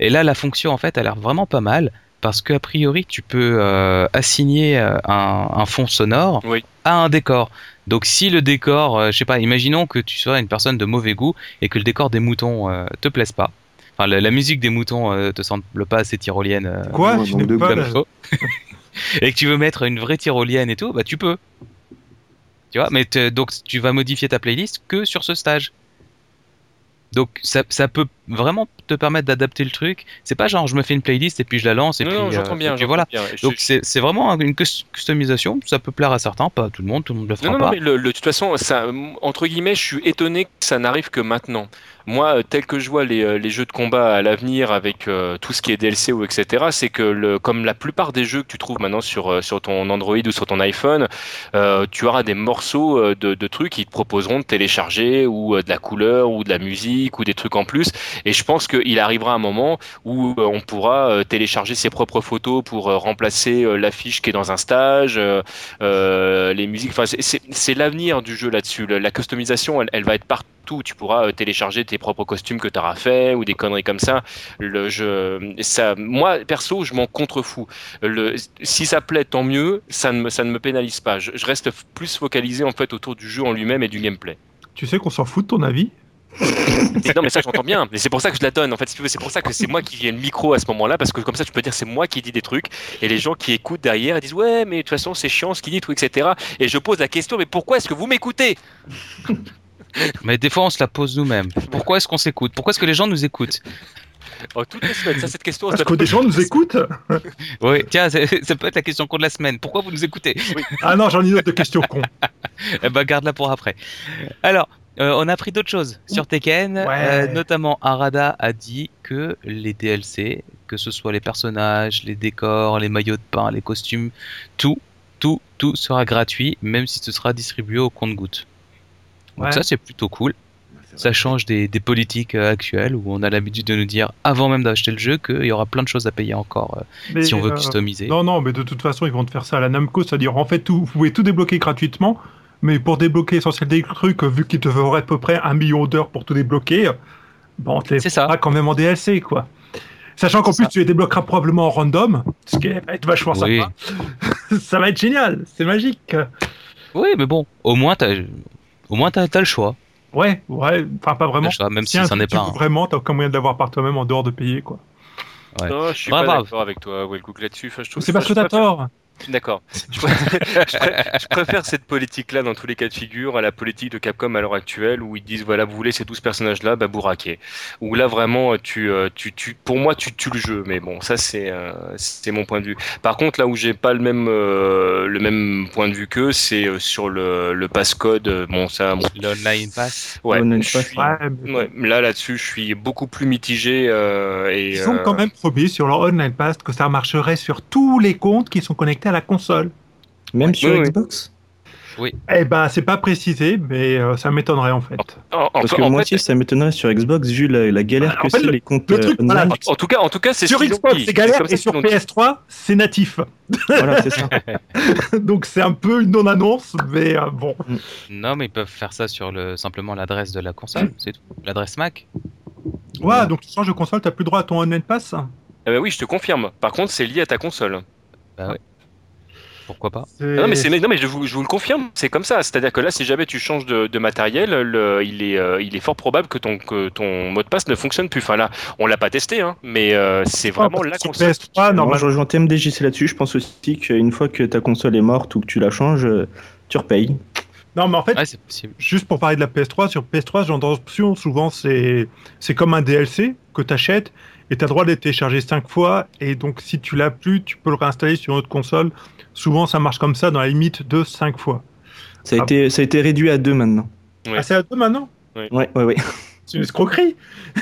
Speaker 1: Et là, la fonction, en fait, elle a l'air vraiment pas mal. Parce qu'a priori, tu peux euh, assigner euh, un, un fond sonore
Speaker 3: Oui.
Speaker 1: à un décor. Donc, si le décor, euh, je sais pas, imaginons que tu sois une personne de mauvais goût et que le décor des moutons euh, te plaise pas. Enfin, la, la musique des moutons euh, te semble pas assez tyrolienne. euh,
Speaker 2: Quoi
Speaker 5: Ouais,
Speaker 2: Je
Speaker 5: donc
Speaker 2: n'ai
Speaker 5: de
Speaker 2: pas
Speaker 1: comme
Speaker 2: la-
Speaker 1: il faut. (laughs) et que tu veux mettre une vraie tyrolienne et tout, bah tu peux. Tu vois, mais te- donc tu vas modifier ta playlist que sur ce stage. Donc ça, ça peut vraiment te permettre d'adapter le truc. C'est pas genre je me fais une playlist et puis je la lance et
Speaker 3: non,
Speaker 1: puis,
Speaker 3: non,
Speaker 1: euh,
Speaker 3: j'entends bien.
Speaker 1: et puis
Speaker 3: j'entends
Speaker 1: voilà.
Speaker 3: bien. Je-
Speaker 1: Donc c'est c'est vraiment une cus- customisation. Ça peut plaire à certains, pas à tout le monde. Tout le monde le fera
Speaker 3: Non, non,
Speaker 1: pas.
Speaker 3: non, mais le, le- de toute façon, ça, entre guillemets, je suis étonné que ça n'arrive que maintenant. Moi, euh, tel que je vois les, euh, les jeux de combat à l'avenir avec euh, tout ce qui est DLC ou etc., c'est que le, comme la plupart des jeux que tu trouves maintenant sur, euh, sur ton Android ou sur ton iPhone, euh, tu auras des morceaux euh, de, de trucs qui te proposeront de télécharger ou euh, de la couleur ou de la musique ou des trucs en plus. Et je pense qu'il arrivera un moment où euh, on pourra euh, télécharger ses propres photos pour euh, remplacer euh, l'affiche qui est dans un stage, euh, euh, les musiques. Enfin, c'est- c'est c'est l'avenir du jeu là-dessus. Le- La customisation, elle, elle va être partout. Tu pourras euh, télécharger tes propres costumes que tu auras fait ou des conneries comme ça. Le jeu, ça, moi perso, je m'en contrefous. Le, si ça plaît, tant mieux. Ça ne me, ça ne me pénalise pas. Je, je reste f- plus focalisé en fait autour du jeu en lui-même et du gameplay.
Speaker 2: Tu sais qu'on s'en fout de ton avis
Speaker 3: Mais non, mais ça, j'entends bien. Mais c'est pour ça que je la donne. En fait, si tu veux, c'est pour ça que c'est moi qui ai le micro à ce moment-là, parce que comme ça, tu peux dire c'est moi qui dis des trucs, et les gens qui écoutent derrière ils disent ouais, mais de toute façon, c'est chiant ce qu'il dit, tout, etc. Et je pose la question, mais pourquoi est-ce que vous m'écoutez
Speaker 1: Mais des fois, on se la pose nous-mêmes. Pourquoi est-ce qu'on s'écoute Pourquoi est-ce que les gens nous écoutent
Speaker 3: oh, Toutes les semaines, ça, cette question. on se
Speaker 2: Parce
Speaker 3: la
Speaker 2: que des gens nous écoutent
Speaker 1: Oui. Tiens, c'est- ça peut être la question courte de la semaine. Pourquoi vous nous écoutez
Speaker 2: Ah non, j'en ai une autre de question con.
Speaker 1: Eh ben, garde-la pour après. Alors, euh, on a appris d'autres choses sur Tekken.
Speaker 2: Ouais.
Speaker 1: Euh, notamment, Arada a dit que les DLC, que ce soit les personnages, les décors, les maillots de pain, les costumes, tout, tout, tout sera gratuit, même si ce sera distribué au compte-gouttes. Donc
Speaker 2: Ouais.
Speaker 1: ça, c'est plutôt cool. Ça change des, des politiques euh, actuelles où on a l'habitude de nous dire, avant même d'acheter le jeu, qu'il y aura plein de choses à payer encore euh,
Speaker 2: Mais,
Speaker 1: si on veut
Speaker 2: euh,
Speaker 1: customiser.
Speaker 2: Non, non, mais de toute façon, ils vont te faire ça à la Namco, c'est-à-dire en fait, tout, vous pouvez tout débloquer gratuitement, mais pour débloquer l'essentiel des trucs, euh, vu qu'il te faudrait à peu près un million d'heures pour tout débloquer, euh, bon, t'es
Speaker 1: C'est ça.
Speaker 2: pas quand même en DLC, quoi. Sachant qu'en
Speaker 1: C'est
Speaker 2: plus, tu les débloqueras probablement en random, ce qui va être vachement
Speaker 1: Oui.
Speaker 2: sympa. (laughs) ça va être génial, c'est magique.
Speaker 1: Oui, mais bon, au moins, t'as, au moins, t'as, t'as le choix.
Speaker 2: Ouais, ouais, enfin pas
Speaker 1: T'as
Speaker 2: vraiment.
Speaker 1: le choix, même
Speaker 2: un
Speaker 1: si ça
Speaker 2: truc
Speaker 1: n'est
Speaker 2: que tu
Speaker 1: pas hein.
Speaker 2: veux
Speaker 1: un.
Speaker 2: Vraiment, t'as aucun moyen de l'avoir par toi-même en dehors de payer, quoi.
Speaker 1: Ouais.
Speaker 3: Non, Oh, je suis
Speaker 1: Bravo.
Speaker 3: pas d'accord avec toi, Wellcook, là-dessus. Enfin, je trouve-
Speaker 2: C'est parce
Speaker 3: je
Speaker 2: que t'as
Speaker 3: préfère-
Speaker 2: tort.
Speaker 3: D'accord. Je, pré- (laughs) je pré- je préfère cette politique-là dans tous les cas de figure à la politique de Capcom à l'heure actuelle où ils disent voilà, vous voulez ces 12 personnages-là, bah bourraquez. Où là vraiment, tu, euh, tu, tu, pour moi, tu tues le jeu. Mais bon, ça c'est euh, c'est mon point de vue. Par contre, là où j'ai pas le même, euh, le même point de vue qu'eux, c'est euh, sur le, le passcode. euh, Bon, ça. bon,
Speaker 1: L'online pass.
Speaker 3: ouais,
Speaker 4: Online
Speaker 3: je
Speaker 4: pass,
Speaker 3: suis-
Speaker 2: Ouais, mais
Speaker 3: ouais, là là-dessus, je suis beaucoup plus mitigé. euh, et,
Speaker 2: Ils ont
Speaker 3: euh,
Speaker 2: quand même promis sur leur Online Pass que ça marcherait sur tous les comptes qui sont connectés à la console.
Speaker 4: Même sur
Speaker 3: euh, Oui, oui.
Speaker 4: Xbox
Speaker 2: Eh ben, c'est pas précisé, mais euh, ça m'étonnerait en fait.
Speaker 3: en- en-
Speaker 4: Parce
Speaker 3: en
Speaker 4: que
Speaker 3: fait,
Speaker 4: moitié, ça m'étonnerait sur Xbox vu la, la galère
Speaker 2: Bah, en
Speaker 4: que
Speaker 2: fait,
Speaker 4: c'est
Speaker 2: le-
Speaker 4: les comptes
Speaker 2: le truc,
Speaker 4: euh, online.
Speaker 2: voilà.
Speaker 3: (laughs) en tout cas, en tout cas, c'est
Speaker 2: Sur
Speaker 3: ce qu'ils ont
Speaker 2: Xbox,
Speaker 3: dit.
Speaker 2: c'est galère,
Speaker 3: comme ça
Speaker 2: et
Speaker 3: qu'ils
Speaker 2: sur
Speaker 3: l'ont dit.
Speaker 2: PS3, c'est natif. (laughs)
Speaker 4: Voilà, c'est ça.
Speaker 2: Donc c'est un peu une non-annonce, mais euh, bon.
Speaker 1: Non, mais ils peuvent faire ça sur le, simplement l'adresse de la
Speaker 2: Mm.
Speaker 1: console, c'est tout. L'adresse Mac.
Speaker 2: Ouais, donc tu changes de console, t'as plus droit à ton Online Pass
Speaker 3: Ah bah oui, je te confirme. Par contre, c'est lié à ta console. Ah
Speaker 1: Pourquoi pas
Speaker 3: Non mais, c'est- mais- non, mais je, vous, je vous le confirme, c'est comme ça. C'est-à-dire que là, si jamais tu changes de, de matériel, le- il, est, euh, il est fort probable que ton, que ton mot de passe ne fonctionne plus. Enfin là, on l'a pas testé, hein, mais euh, c'est
Speaker 2: Ah,
Speaker 3: vraiment
Speaker 2: parce
Speaker 3: la
Speaker 2: que sur
Speaker 3: console.
Speaker 2: PS3,
Speaker 4: Moi,
Speaker 2: normalement.
Speaker 4: je rejoins TMDJC là-dessus. Je pense aussi qu'une fois que ta console est morte ou que tu la changes, euh, tu repayes.
Speaker 2: Non, mais en fait,
Speaker 3: Ah.
Speaker 1: Ouais, c'est possible.
Speaker 2: juste pour parler de la PS3, sur PS3, genre dans option, souvent c'est c'est comme un DLC que tu achètes et tu as le droit de le télécharger 5 fois. Et donc, si tu l'as plus, tu peux le réinstaller sur une autre console. Souvent, ça marche comme ça, dans la limite de 5 fois.
Speaker 4: Ça a,
Speaker 2: Ah.
Speaker 4: été, ça a été réduit à deux maintenant.
Speaker 3: Ouais.
Speaker 2: Ah, c'est à deux maintenant
Speaker 4: Ouais, (laughs) ouais, ouais.
Speaker 2: C'est une escroquerie.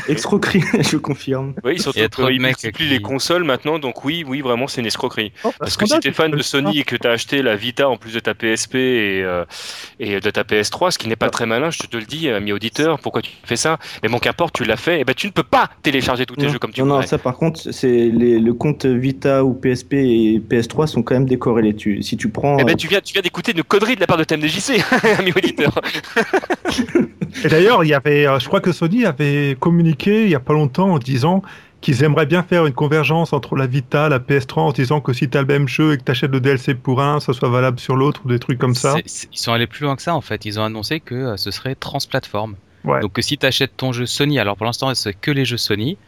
Speaker 4: Escroquerie, (laughs) je confirme.
Speaker 3: Oui, surtout
Speaker 1: Il y a trop de
Speaker 3: qu'ils
Speaker 1: mecs
Speaker 3: multiplient
Speaker 1: qui-
Speaker 3: les consoles maintenant, donc oui, oui, vraiment, c'est une escroquerie.
Speaker 2: Oh,
Speaker 3: Parce que si
Speaker 2: scandale,
Speaker 3: t'es fan
Speaker 2: tu
Speaker 3: de
Speaker 2: peux
Speaker 3: Sony et que t'as acheté la Vita en plus de ta PSP et, euh, et de ta PS3, ce qui n'est pas très malin, je te le dis, euh, ami auditeur, pourquoi tu fais ça Mais bon, qu'importe, tu l'as fait, et ben tu ne peux pas télécharger tous tes
Speaker 4: non,
Speaker 3: jeux comme tu
Speaker 4: non, non,
Speaker 3: voudrais.
Speaker 4: ça par contre, c'est les- le compte Vita ou PSP et PS3 sont quand même décorrélés. Tu, si tu prends.
Speaker 3: Eh ben,
Speaker 4: euh,
Speaker 3: tu viens, tu viens d'écouter une connerie de la part de TMDJC, (laughs) ami auditeur.
Speaker 2: Et d'ailleurs, il y avait, euh, je crois que Sony avait communiqué il y a pas longtemps en disant qu'ils aimeraient bien faire une convergence entre la Vita, la PS3, en disant que si t'as le même jeu et que t'achètes le DLC pour un, ça soit valable sur l'autre ou des trucs comme ça.
Speaker 1: C'est- c'est- ils sont allés plus loin que ça en fait. Ils ont annoncé que euh, ce serait transplateforme.
Speaker 2: Ouais.
Speaker 1: Donc que si tu achètes ton jeu Sony, alors pour l'instant c'est que les jeux Sony,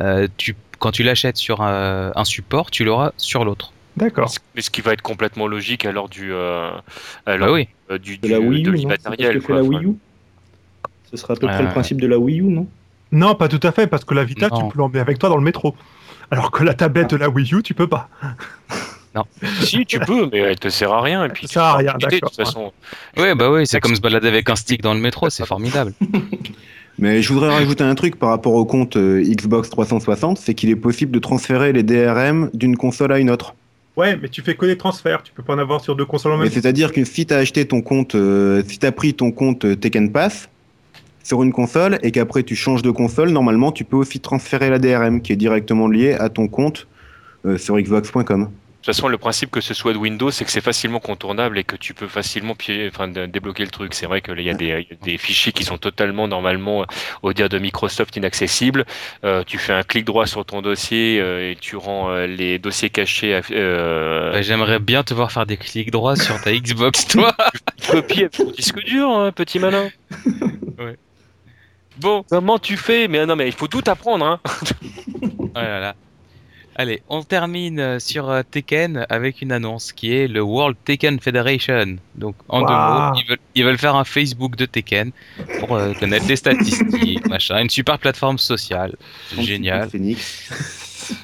Speaker 1: euh, tu, quand tu l'achètes sur euh, un, un support, tu l'auras sur l'autre.
Speaker 2: D'accord.
Speaker 3: Mais ce qui va être complètement logique alors du, euh, à l'heure
Speaker 1: Bah oui.
Speaker 3: euh, du,
Speaker 4: de la
Speaker 3: du-
Speaker 4: Wii
Speaker 3: de
Speaker 4: U, non C'est pas ce
Speaker 3: l'immatériel.
Speaker 4: que fait
Speaker 3: quoi.
Speaker 4: la Wii U Ce sera à peu près
Speaker 1: Euh,
Speaker 4: le principe de la Wii U, non
Speaker 2: Non, pas tout à fait, parce que la Vita,
Speaker 1: Non.
Speaker 2: tu peux l'emmener avec toi dans le métro. Alors que la tablette de la Wii U, tu peux pas.
Speaker 3: Si, tu peux, mais elle te sert à rien. Et puis,
Speaker 2: te
Speaker 3: tu
Speaker 2: sert à
Speaker 3: peux
Speaker 2: rien,
Speaker 3: en profiter, De
Speaker 2: d'accord,
Speaker 3: toute façon,
Speaker 1: Ouais, bah oui, c'est comme se balader avec un stick dans le métro, c'est formidable.
Speaker 2: (laughs)
Speaker 5: Mais je voudrais rajouter un truc par rapport au compte euh, Xbox 360, c'est qu'il est possible de transférer les DRM d'une console à une autre.
Speaker 2: Ouais, mais tu fais que des transferts, tu peux pas en avoir sur deux consoles en
Speaker 5: Mais
Speaker 2: même temps.
Speaker 5: c'est-à-dire que si t'as acheté ton compte, euh, si t'as pris ton compte euh, Tekken Pass sur une console et qu'après tu changes de console, normalement tu peux aussi transférer la DRM qui est directement liée à ton compte euh, sur Xbox.com.
Speaker 3: de toute façon, le principe que ce soit de Windows, c'est que c'est facilement contournable et que tu peux facilement pié- enfin, de- débloquer le truc. C'est vrai qu'il y a des, il y a des fichiers qui sont totalement, normalement, euh, au dire de Microsoft, inaccessibles. Euh, tu fais un clic droit sur ton dossier euh, et tu rends euh, les dossiers cachés. à- euh,
Speaker 1: Bah, J'aimerais bien te voir faire des clics droits sur ta Xbox,
Speaker 2: (laughs)
Speaker 1: toi.
Speaker 3: Copie à ton disque dur, hein,
Speaker 1: (laughs)
Speaker 3: petit malin.
Speaker 1: Bon,
Speaker 3: Comment tu fais Mais ah non, mais il faut tout apprendre.
Speaker 1: (laughs)
Speaker 3: Hein.
Speaker 1: Oh là là. Allez, on termine euh, sur euh, Tekken avec une annonce qui est le World Tekken Federation. Donc, en deux
Speaker 2: Waouh.
Speaker 1: mots, ils veulent, ils veulent faire un Facebook de Tekken pour euh, connaître les
Speaker 2: (laughs)
Speaker 1: statistiques, machin. Une super plateforme sociale. C'est Génial.
Speaker 5: Phoenix.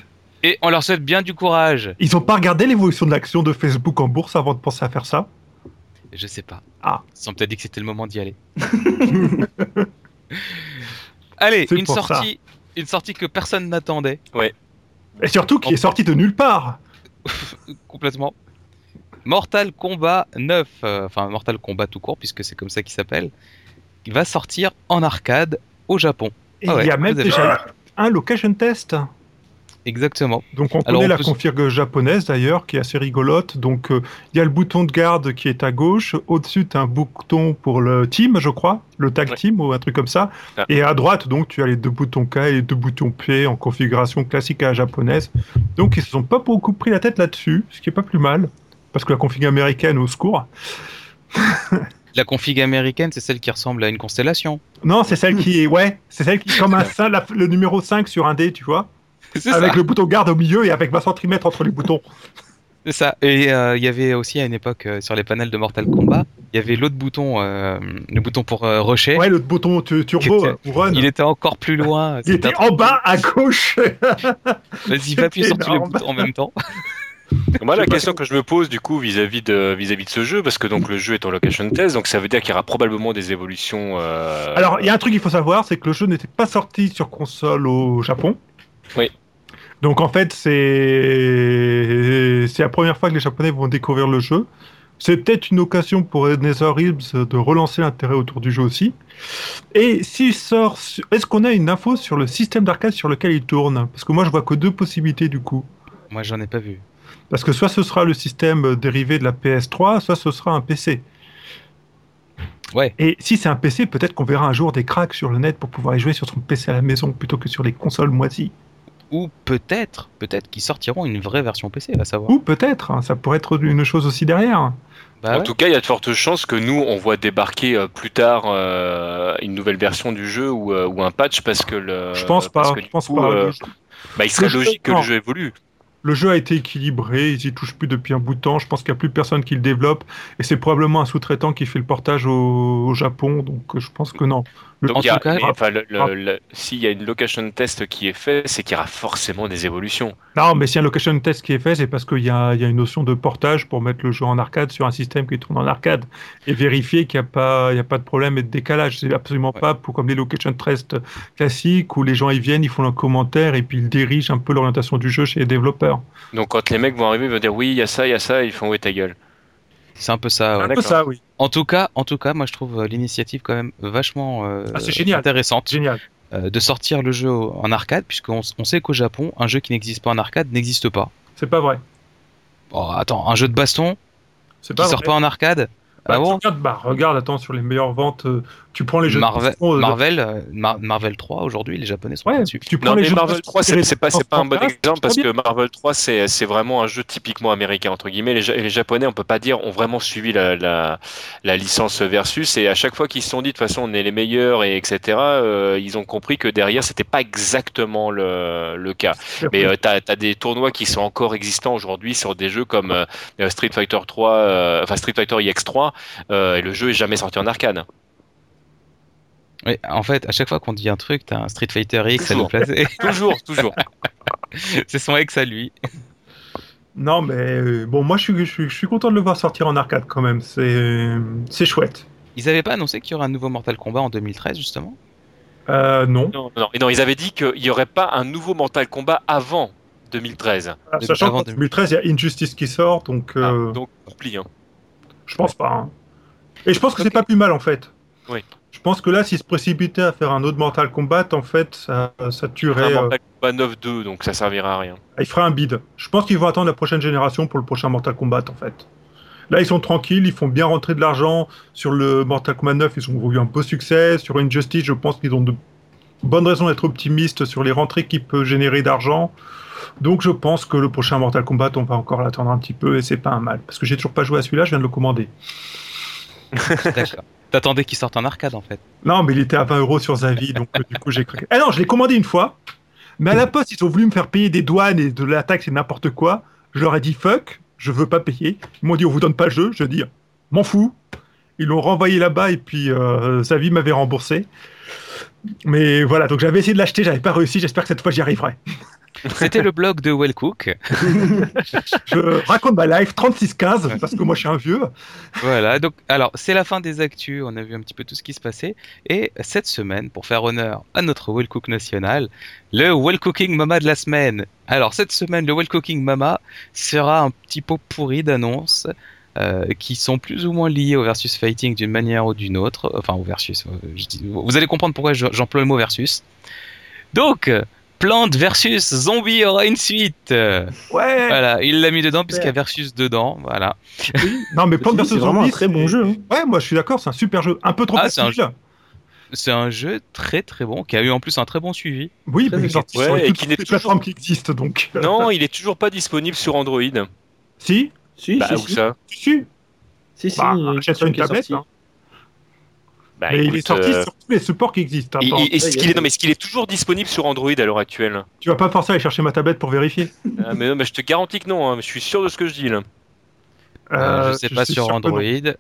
Speaker 1: Et on leur souhaite bien du courage.
Speaker 2: Ils ont pas regardé l'évolution de l'action de Facebook en bourse avant de penser à faire ça.
Speaker 1: Je sais pas.
Speaker 2: Ah.
Speaker 1: Ils se sont peut-être dit que c'était le moment d'y
Speaker 2: (laughs)
Speaker 1: aller. Allez,
Speaker 2: C'est
Speaker 1: une
Speaker 2: pour ça.
Speaker 1: sortie, une sortie que personne n'attendait
Speaker 2: Et surtout qui est sorti de nulle part.
Speaker 1: complètement. Mortal Kombat 9, euh, enfin Mortal Kombat tout court, puisque c'est comme ça qu'il s'appelle, il va sortir en arcade au Japon.
Speaker 2: Et
Speaker 1: Ah ouais,
Speaker 2: il y a même
Speaker 1: vous avez-
Speaker 2: déjà un location test.
Speaker 1: Exactement.
Speaker 2: Donc on
Speaker 1: Alors,
Speaker 2: connaît
Speaker 1: on
Speaker 2: la
Speaker 1: peut-
Speaker 2: config japonaise d'ailleurs qui est assez rigolote. Donc euh, il y a le bouton de garde qui est à gauche, au-dessus tu as un bouton pour le team je crois, le tag
Speaker 3: Ouais.
Speaker 2: team ou un truc comme ça.
Speaker 3: Ah.
Speaker 2: Et à droite donc tu as les deux boutons K et les deux boutons P en configuration classique à la japonaise. Donc ils se sont pas beaucoup pris la tête là-dessus, ce qui est pas plus mal. Parce que la config américaine, au secours.
Speaker 1: La config américaine, c'est celle qui ressemble à une
Speaker 2: (laughs)
Speaker 1: constellation.
Speaker 2: Non, c'est celle qui est, ouais, c'est celle qui
Speaker 1: (laughs)
Speaker 2: est comme un, cin- la- le numéro 5 sur un dé, tu vois.
Speaker 1: C'est ça.
Speaker 2: Avec le bouton garde au milieu et avec 20 cm entre les boutons.
Speaker 1: C'est ça. Et euh, il y avait aussi à une époque euh, sur les panels de Mortal Kombat, il y avait l'autre bouton, euh, le bouton pour euh, rusher.
Speaker 2: Ouais, le bouton tu- turbo,
Speaker 1: Qu'était-
Speaker 2: ou run.
Speaker 1: Il était encore plus loin.
Speaker 2: (laughs) Il
Speaker 1: C'était
Speaker 2: était en bas à gauche.
Speaker 1: un- Vas-y, va
Speaker 2: (laughs)
Speaker 1: appuyer sur tous les
Speaker 2: énorme.
Speaker 1: boutons en même temps.
Speaker 3: Moi, la question que je me pose du coup vis-à-vis de vis-à-vis de ce jeu, parce que donc le jeu est en location test, donc ça veut dire qu'il y aura probablement des évolutions. euh,
Speaker 2: (laughs) Alors, il y a un truc qu'il faut savoir, c'est que le jeu n'était pas sorti sur console au Japon.
Speaker 3: Oui.
Speaker 2: Donc en fait, c'est c'est la première fois que les Japonais vont découvrir le jeu. C'est peut-être une occasion pour Nether Reeves de relancer l'intérêt autour du jeu aussi. Et s'il sort, sur- est-ce qu'on a une info sur le système d'arcade sur lequel il tourne Parce que moi, je vois que deux possibilités du coup.
Speaker 1: Moi, j'en ai pas vu.
Speaker 2: Parce que soit ce sera le système euh, dérivé de la PS3, soit ce sera un PC.
Speaker 1: Ouais.
Speaker 2: Et si c'est un PC, peut-être qu'on verra un jour des cracks sur le net pour pouvoir y jouer sur son PC à la maison plutôt que sur les consoles moisies.
Speaker 1: Ou peut-être, peut-être qu'ils sortiront une vraie version PC, à savoir.
Speaker 2: Ou peut-être, hein, ça pourrait être une chose aussi derrière.
Speaker 1: Bah
Speaker 3: en
Speaker 1: ouais.
Speaker 3: tout cas, il y a de fortes chances que nous, on voit débarquer euh, plus tard euh, une nouvelle version du jeu ou, euh, ou un patch parce que le.
Speaker 2: je pense
Speaker 3: Euh, parce
Speaker 2: pas.
Speaker 3: que
Speaker 2: Je
Speaker 3: du
Speaker 2: pense
Speaker 3: coup,
Speaker 2: pas.
Speaker 3: euh,
Speaker 2: Le, jeu,
Speaker 3: bah, il serait
Speaker 2: Le jeu-
Speaker 3: logique que
Speaker 2: non.
Speaker 3: le jeu évolue.
Speaker 2: le jeu a été équilibré, ils y touchent plus depuis un bout de temps. Je pense qu'il n'y a plus personne qui le développe. Et c'est probablement un sous-traitant qui fait le portage au, au Japon. Donc euh, je pense que non.
Speaker 1: En
Speaker 3: Donc, il y a-
Speaker 1: tout cas-
Speaker 3: mais, enfin, le-
Speaker 2: ah.
Speaker 3: le- le- s'il y a une location test qui est faite, c'est qu'il y aura forcément des évolutions.
Speaker 2: Non, mais si un location test qui est fait, c'est parce qu'il y, a il y a une notion de portage pour mettre le jeu en arcade sur un système qui tourne en arcade et vérifier qu'il n'y a, pas- il y a pas de problème et de décalage. C'est absolument
Speaker 1: Ouais.
Speaker 2: pas pour, comme les location tests classiques où les gens ils viennent, ils font un commentaire et puis ils dirigent un peu l'orientation du jeu chez les développeurs.
Speaker 3: Donc, quand les mecs vont arriver, ils vont dire oui, il y a ça, il y a ça, ils font ouais ta gueule.
Speaker 1: C'est un peu ça. ouais.
Speaker 3: Un peu D'accord. ça,
Speaker 2: oui.
Speaker 1: En tout cas, en tout cas, moi je trouve euh, l'initiative quand même vachement euh,
Speaker 2: Ah, c'est génial.
Speaker 1: intéressante
Speaker 2: Génial.
Speaker 1: euh, de sortir le jeu au- en arcade, puisqu'on s- on sait qu'au Japon, un jeu qui n'existe pas en arcade n'existe pas.
Speaker 2: C'est pas vrai.
Speaker 1: Oh, attends, un jeu de baston
Speaker 2: C'est
Speaker 1: qui
Speaker 2: pas
Speaker 1: sort
Speaker 2: vrai.
Speaker 1: pas en arcade
Speaker 2: Bah,
Speaker 1: Ah bon
Speaker 2: tu regardes, bah, regarde, attends, sur les meilleures ventes, euh, tu prends les jeux
Speaker 1: Marvel,
Speaker 2: de baston, euh,
Speaker 1: Marvel, euh, Mar- Marvel 3 aujourd'hui, les Japonais sont
Speaker 2: Ouais,
Speaker 1: dessus.
Speaker 2: tu prends
Speaker 3: Non,
Speaker 2: les
Speaker 3: mais
Speaker 2: jeux de
Speaker 3: Marvel
Speaker 2: baston
Speaker 3: 3, c'est
Speaker 2: tirés
Speaker 3: c'est pas, c'est
Speaker 2: par
Speaker 3: pas un bon
Speaker 2: Fantasme,
Speaker 3: exemple parce
Speaker 2: c'est
Speaker 3: que
Speaker 2: trop
Speaker 3: Marvel 3, c'est c'est vraiment un jeu typiquement américain, entre guillemets. Les, Ja- les Japonais, on peut pas dire, ont vraiment suivi la, la, la licence Versus. Et à chaque fois qu'ils se sont dit, de toute façon, on est les meilleurs, et etc., euh, ils ont compris que derrière, c'était pas exactement le, le cas.
Speaker 2: bien.
Speaker 3: Mais euh, t'as as des tournois qui sont encore existants aujourd'hui sur des jeux comme euh, euh, Street Fighter 3, euh, enfin Street Fighter IX3, euh, et le jeu est jamais sorti en arcade.
Speaker 1: Ouais, en fait, à chaque fois qu'on dit un truc, t'as un Street Fighter X à
Speaker 3: Toujours.
Speaker 1: nous placer. (laughs)
Speaker 3: Toujours, toujours.
Speaker 1: c'est son ex à lui.
Speaker 2: Non, mais euh, bon, moi je suis, je, suis, je suis content de le voir sortir en arcade quand même. C'est euh, c'est chouette.
Speaker 1: Ils avaient pas annoncé qu'il y aurait un nouveau Mortal Kombat en 2013 justement
Speaker 2: Euh, non.
Speaker 3: Non, non, non, ils avaient dit qu'il n'y aurait pas un nouveau Mental Combat avant 2013.
Speaker 2: Ah,
Speaker 1: Depuis
Speaker 2: Sachant
Speaker 1: avant
Speaker 2: qu'en 2013, il y a Injustice qui sort, donc
Speaker 3: Ah,
Speaker 2: euh,
Speaker 3: donc, oublie, hein.
Speaker 2: je pense pas. hein. Et je pense que c'est
Speaker 1: Ok.
Speaker 2: pas plus mal en fait.
Speaker 3: Oui.
Speaker 2: Je pense que là, s'ils se précipitaient à faire un autre Mortal Kombat, en fait, ça, ça
Speaker 3: Un
Speaker 2: tuerait. euh,
Speaker 3: Mental Combat 9-2, donc ça servira à rien.
Speaker 2: il ferait un bide. Je pense qu'ils vont attendre la prochaine génération pour le prochain Mortal Kombat en fait. Là, ils sont tranquilles, ils font bien rentrer de l'argent. Sur le Mortal Kombat 9, ils ont eu un beau succès. Sur Injustice, je pense qu'ils ont de bonnes raisons d'être optimistes sur les rentrées qu'ils peuvent générer d'argent. Donc, je pense que le prochain Mortal Kombat, on va encore l'attendre un petit peu et c'est pas un mal. Parce que j'ai toujours pas joué à celui-là, je viens de le commander.
Speaker 1: D'accord. T'attendais qu'il sorte en arcade en fait.
Speaker 2: Non, mais il était à 20 euros sur Zavi, donc euh, du coup j'ai cru. Ah non, je l'ai commandé une fois, mais à la poste, ils ont voulu me faire payer des douanes et de la taxe et n'importe quoi. Je leur ai dit fuck, je veux pas payer. Ils m'ont dit on vous donne pas le jeu. Je dis m'en fous. Ils l'ont renvoyé là-bas et puis euh, Zavi m'avait remboursé. Mais voilà, donc j'avais essayé de l'acheter, j'avais pas réussi. J'espère que cette fois j'y arriverai.
Speaker 1: C'était le blog de Well Cook.
Speaker 2: Je raconte ma life 3615 parce que moi je suis un vieux.
Speaker 1: Voilà, donc alors c'est la fin des actus, on a vu un petit peu tout ce qui se passait et cette semaine pour faire honneur à notre well cook national, le well cooking mama de la semaine. Alors cette semaine le well cooking mama sera un petit pot pourri d'annonces euh, qui sont plus ou moins liées au versus fighting d'une manière ou d'une autre, enfin au versus. euh, je dis- vous allez comprendre pourquoi je- j'emploie le mot versus. Donc Plante versus zombie aura une suite. Euh,
Speaker 2: Ouais.
Speaker 1: Voilà, il l'a mis dedans puisqu'il y a versus dedans, voilà.
Speaker 2: Non mais Plants
Speaker 4: Ceci dit,
Speaker 2: vs
Speaker 4: C'est vraiment un
Speaker 2: Zombies,
Speaker 4: très bon jeu. hein.
Speaker 2: Ouais, moi je suis d'accord, c'est un super jeu, un peu trop
Speaker 1: Ah, c'est un
Speaker 2: facile.
Speaker 1: C'est un jeu très très bon qui a eu en plus un très bon suivi.
Speaker 2: Oui,
Speaker 1: Très
Speaker 2: mais il est sorti sur
Speaker 3: Ouais, et
Speaker 2: toutes
Speaker 3: qui
Speaker 2: les
Speaker 3: n'est toujours-
Speaker 2: plateformes qui existent, donc. euh,
Speaker 3: Non, il est toujours pas disponible sur Android.
Speaker 2: Si,
Speaker 4: Si,
Speaker 3: Bah,
Speaker 4: si,
Speaker 3: où
Speaker 4: si.
Speaker 3: ça
Speaker 2: si, si.
Speaker 4: Si, si,
Speaker 2: Bah,
Speaker 4: il y a une
Speaker 2: achète
Speaker 4: version
Speaker 2: une
Speaker 4: qui est
Speaker 2: tablette,
Speaker 4: sortie.
Speaker 2: hein.
Speaker 3: Bah,
Speaker 1: Ah,
Speaker 2: mais il est
Speaker 3: écoute,
Speaker 2: sorti
Speaker 3: euh,
Speaker 2: sur tous les supports qui existent. hein.
Speaker 3: il-
Speaker 2: Attends,
Speaker 3: il- est-ce
Speaker 4: Ouais,
Speaker 3: qu'il
Speaker 4: il y
Speaker 3: est,
Speaker 4: a-
Speaker 3: non, mais est-ce qu'il est toujours disponible sur Android à l'heure actuelle
Speaker 2: Tu vas pas forcer à aller chercher ma tablette pour vérifier
Speaker 3: Ah, mais, non, mais je te garantis que non, hein, je suis sûr de ce que je dis là.
Speaker 1: Euh,
Speaker 2: Euh,
Speaker 1: je sais pas
Speaker 2: suis
Speaker 1: sur
Speaker 2: sûr que non.
Speaker 1: Android.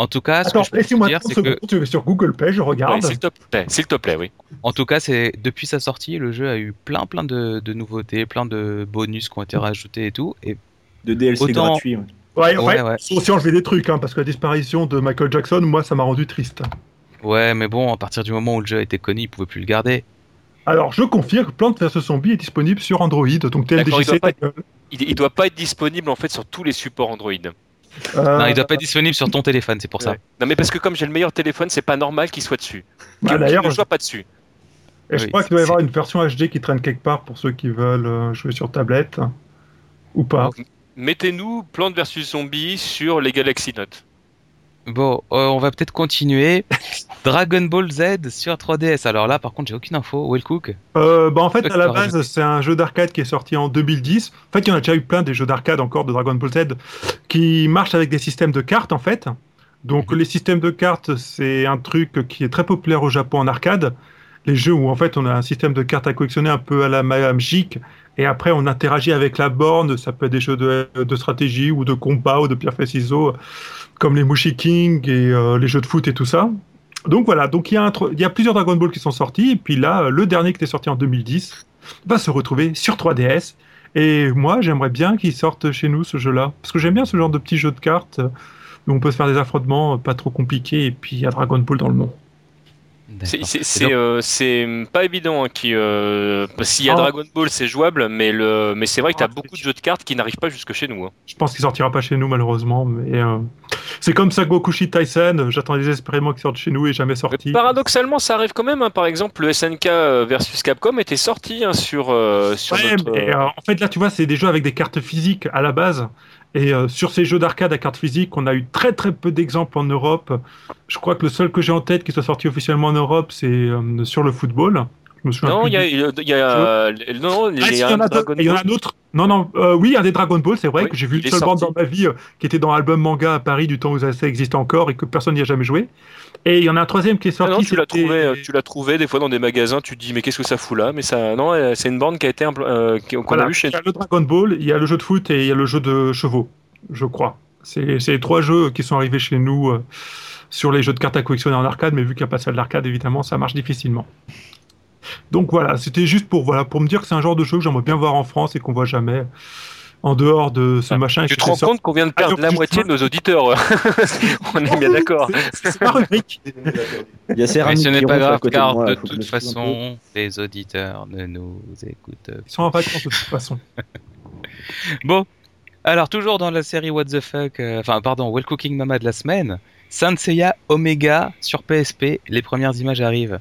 Speaker 1: En tout cas, ce
Speaker 2: Attends,
Speaker 1: que je peux vous
Speaker 2: laissez-moi
Speaker 1: dire,
Speaker 2: 30
Speaker 1: c'est que,
Speaker 2: secondes, tu vas sur Google Page, je
Speaker 3: Ouais,
Speaker 2: regarde.
Speaker 3: S'il te plaît, s'il te plaît, oui.
Speaker 1: en tout cas, c'est depuis sa sortie, le jeu a eu plein, plein de, de nouveautés, plein de bonus qui ont été rajoutés et tout. Et
Speaker 4: De DLC
Speaker 1: Autant-
Speaker 4: gratuit. ouais.
Speaker 2: ouais,
Speaker 1: ouais,
Speaker 2: ouais.
Speaker 1: ouais,
Speaker 2: Ils ont aussi enlevé des trucs, hein, parce que la disparition de Michael Jackson, moi, ça m'a rendu triste.
Speaker 1: ouais, mais bon, à partir du moment où le jeu était connu, ils pouvaient plus le garder.
Speaker 2: Alors, je confirme que Plants vs Zombies est disponible sur Android, donc
Speaker 3: D'accord, il
Speaker 2: TLDJC.
Speaker 3: doit pas
Speaker 2: ta gueule.
Speaker 3: Il, il doit pas être disponible en fait sur tous les supports Android.
Speaker 2: Euh,
Speaker 1: Non, il doit pas être disponible
Speaker 2: (laughs)
Speaker 1: sur ton téléphone, c'est pour ça.
Speaker 3: Ouais. Non, mais parce que comme j'ai le meilleur téléphone, c'est pas normal qu'il soit dessus.
Speaker 2: bah,
Speaker 3: Que- qu'il
Speaker 2: D'ailleurs,
Speaker 3: ne soit pas dessus.
Speaker 2: et je
Speaker 1: oui,
Speaker 2: crois qu'il doit y
Speaker 1: c'est-
Speaker 2: avoir une version HD qui traîne quelque part pour ceux qui veulent euh, jouer sur tablette. Ou pas.
Speaker 3: Mettez-nous Plante versus Zombie sur les Galaxy Note.
Speaker 1: Bon, euh, on va peut-être continuer. (laughs) Dragon Ball Z sur 3DS. Alors là, par contre, j'ai aucune info. Will Cook.
Speaker 2: Euh, bah en fait, à la
Speaker 1: D'accord,
Speaker 2: base, c'est un jeu d'arcade qui est sorti en 2010. En fait, il y en a déjà eu plein des jeux d'arcade encore de Dragon Ball Z qui marchent avec des systèmes de cartes, en fait. Donc, les systèmes de cartes, c'est un truc qui est très populaire au Japon en arcade. Les jeux où, en fait, on a un système de cartes à collectionner un peu à la magique. Et après, on interagit avec la borne. Ça peut être des jeux de, de stratégie ou de combat ou de pierre feuille ciseaux, comme les Mushi King et euh, les jeux de foot et tout ça. Donc voilà, donc il y, a un tro- il y a plusieurs Dragon Ball qui sont sortis, et puis là, euh, le dernier qui était sorti en 2010 va se retrouver sur 3DS. Et moi, j'aimerais bien qu'il sorte chez nous ce jeu-là, parce que j'aime bien ce genre de petit jeu de cartes euh, où on peut se faire des affrontements euh, pas trop compliqués, et puis il y a Dragon Ball dans le nom.
Speaker 3: C'est-
Speaker 1: D'accord.
Speaker 3: C'est
Speaker 1: Et
Speaker 3: c'est,
Speaker 1: donc,
Speaker 3: euh, c'est pas évident hein, qui euh, parce qu'il y a
Speaker 1: Oh.
Speaker 2: Ah.
Speaker 3: Dragon Ball c'est jouable mais le mais c'est vrai que t'as
Speaker 2: Ah,
Speaker 3: beaucoup de
Speaker 2: c'est-
Speaker 3: jeux de cartes qui n'arrivent pas jusque chez nous. hein.
Speaker 2: Je pense qu'il sortira pas chez nous malheureusement, mais euh, c'est comme Sagokushi Tyson. euh, J'attends désespérément qu'il sorte chez nous et jamais sorti.
Speaker 3: Paradoxalement ça arrive quand même. hein. Par exemple le SNK euh, versus Capcom était sorti hein, sur euh, sur
Speaker 2: Ouais,
Speaker 3: notre,
Speaker 2: mais,
Speaker 3: euh,
Speaker 2: euh, en fait là tu vois c'est des jeux avec des cartes physiques à la base et euh, sur ces jeux d'arcade à cartes physiques on a eu très très peu d'exemples en Europe. Je crois que le seul que j'ai en tête qui soit sorti officiellement en Europe c'est euh, sur le football. Je me souviens
Speaker 3: euh, Non,
Speaker 2: plus
Speaker 3: il y a,
Speaker 2: du-
Speaker 3: il y a- il y a- euh, non, il y
Speaker 2: Ah,
Speaker 3: a
Speaker 2: si, il y
Speaker 3: un
Speaker 2: en a d'autres,
Speaker 3: Dragon
Speaker 2: il y en a
Speaker 3: Ball.
Speaker 2: un autre. Non, non, euh, oui, il y a des Dragon Ball, c'est vrai
Speaker 3: Oui,
Speaker 2: que j'ai vu
Speaker 3: il
Speaker 2: le
Speaker 3: est
Speaker 2: seul bande dans
Speaker 3: sorti.
Speaker 2: ma vie euh, qui était dans album manga à Paris du temps où ça existe encore et que personne n'y a jamais joué. Et il y en a un troisième qui est
Speaker 3: Ah
Speaker 2: sorti.
Speaker 3: non, tu l'as
Speaker 2: c'était-
Speaker 3: trouvé, euh, tu l'as trouvé des fois dans des magasins, tu te dis mais qu'est-ce que ça fout là Mais ça, non, euh, c'est une bande qui a été impl- euh, qui- qu'on
Speaker 2: Voilà,
Speaker 3: a vu chez
Speaker 2: il y a le Dragon Ball, il y a le jeu de foot et il y a le jeu de chevaux, je crois. C'est c'est les trois jeux qui sont arrivés chez nous euh, sur les jeux de cartes à collectionner en arcade, mais vu qu'il n'y a pas de salle d'arcade, évidemment, ça marche difficilement. Donc voilà, c'était juste pour, voilà, pour me dire que c'est un genre de jeu que j'aimerais bien voir en France et qu'on voit jamais en dehors de ce
Speaker 3: Ah,
Speaker 2: machin.
Speaker 3: Tu
Speaker 2: qui
Speaker 3: te
Speaker 2: était
Speaker 3: rends
Speaker 2: sorti-
Speaker 3: compte qu'on vient de perdre
Speaker 2: Alors,
Speaker 3: la
Speaker 2: juste-
Speaker 3: moitié de nos auditeurs (laughs) On est bien d'accord.
Speaker 2: (laughs) C'est c'est ma rubrique.
Speaker 4: Il y a Serra
Speaker 1: mais ce
Speaker 4: Mikiron
Speaker 1: n'est
Speaker 4: qui est
Speaker 1: pas
Speaker 4: à
Speaker 1: grave,
Speaker 4: côté de
Speaker 1: car
Speaker 4: moi,
Speaker 1: de
Speaker 4: faut que je
Speaker 1: toute
Speaker 4: me souvienne un peu.
Speaker 1: façon, les auditeurs ne nous écoutent
Speaker 2: Ils sont en vacances de toute façon.
Speaker 1: Bon, alors toujours dans la série What the fuck, euh, enfin pardon, Well Cooking Mama de la semaine, Saint Seiya Omega sur PSP, les premières images arrivent.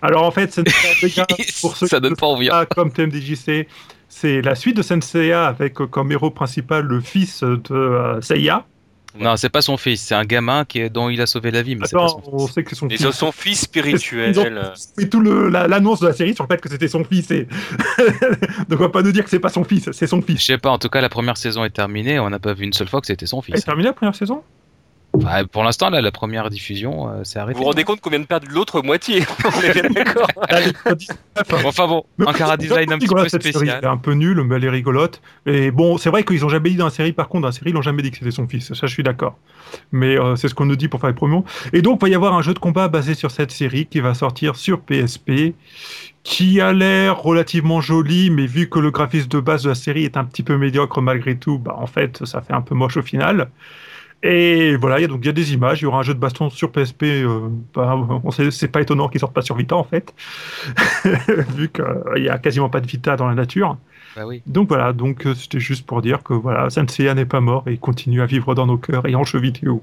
Speaker 2: Alors en fait,
Speaker 3: (laughs)
Speaker 2: Sensei Omega,
Speaker 1: (laughs)
Speaker 2: pour ceux
Speaker 1: ça
Speaker 2: qui ne
Speaker 1: donne pas envie. hein.
Speaker 2: Ah, comme TMDJC, c'est la suite de Senseiya avec euh, comme héros principal le fils de euh, Seiya.
Speaker 1: Ah, Non, c'est pas son fils, c'est un gamin qui est- dont il a sauvé la vie, mais c'est pas
Speaker 2: Attends,
Speaker 1: son
Speaker 2: on
Speaker 1: fils.
Speaker 2: sait que c'est son
Speaker 3: Et
Speaker 2: fils.
Speaker 3: sur son fils
Speaker 2: Ils ont-
Speaker 1: euh.
Speaker 3: spirituel.
Speaker 2: C'est tout le- la- l'annonce de la série sur le fait que c'était son fils. Et... (laughs) Donc on va pas nous dire que c'est pas son fils, c'est son
Speaker 1: Je
Speaker 2: fils.
Speaker 1: sais pas, en tout cas la première saison est terminée, on n'a pas vu une seule fois que c'était son
Speaker 2: Elle est
Speaker 1: fils.
Speaker 2: terminée la première saison
Speaker 1: Enfin, pour l'instant, là, la première diffusion, euh, c'est
Speaker 3: Vous
Speaker 1: arrêté.
Speaker 3: vous rendez compte qu'on vient de perdre l'autre moitié (laughs) On est bien d'accord.
Speaker 1: Enfin bon, un
Speaker 2: (laughs)
Speaker 1: chara-design un petit
Speaker 2: Rigolote,
Speaker 1: peu
Speaker 2: cette série,
Speaker 1: spécial.
Speaker 2: elle est un peu nul, mais elle est rigolote. Et bon, c'est vrai qu'ils ont jamais dit dans la série, par contre, dans la série, ils n'ont jamais dit que c'était son fils. Ça, je suis d'accord. Mais euh, c'est ce qu'on nous dit pour faire les promos. Et donc, il va y avoir un jeu de combat basé sur cette série qui va sortir sur PSP, qui a l'air relativement joli, mais vu que le graphisme de base de la série est un petit peu médiocre malgré tout, bah, en fait, ça fait un peu moche au final. Et voilà, il y a donc il y a des images, il y aura un jeu de baston sur PSP. euh, bah, on sait, c'est pas étonnant qu'ils sortent pas sur Vita en fait, (laughs) vu qu'il y a quasiment pas de Vita dans la nature.
Speaker 1: Bah oui.
Speaker 2: Donc voilà, donc euh, c'était juste pour dire que voilà, Senseiya n'est pas mort et continue à vivre dans nos cœurs et en jeu vidéo.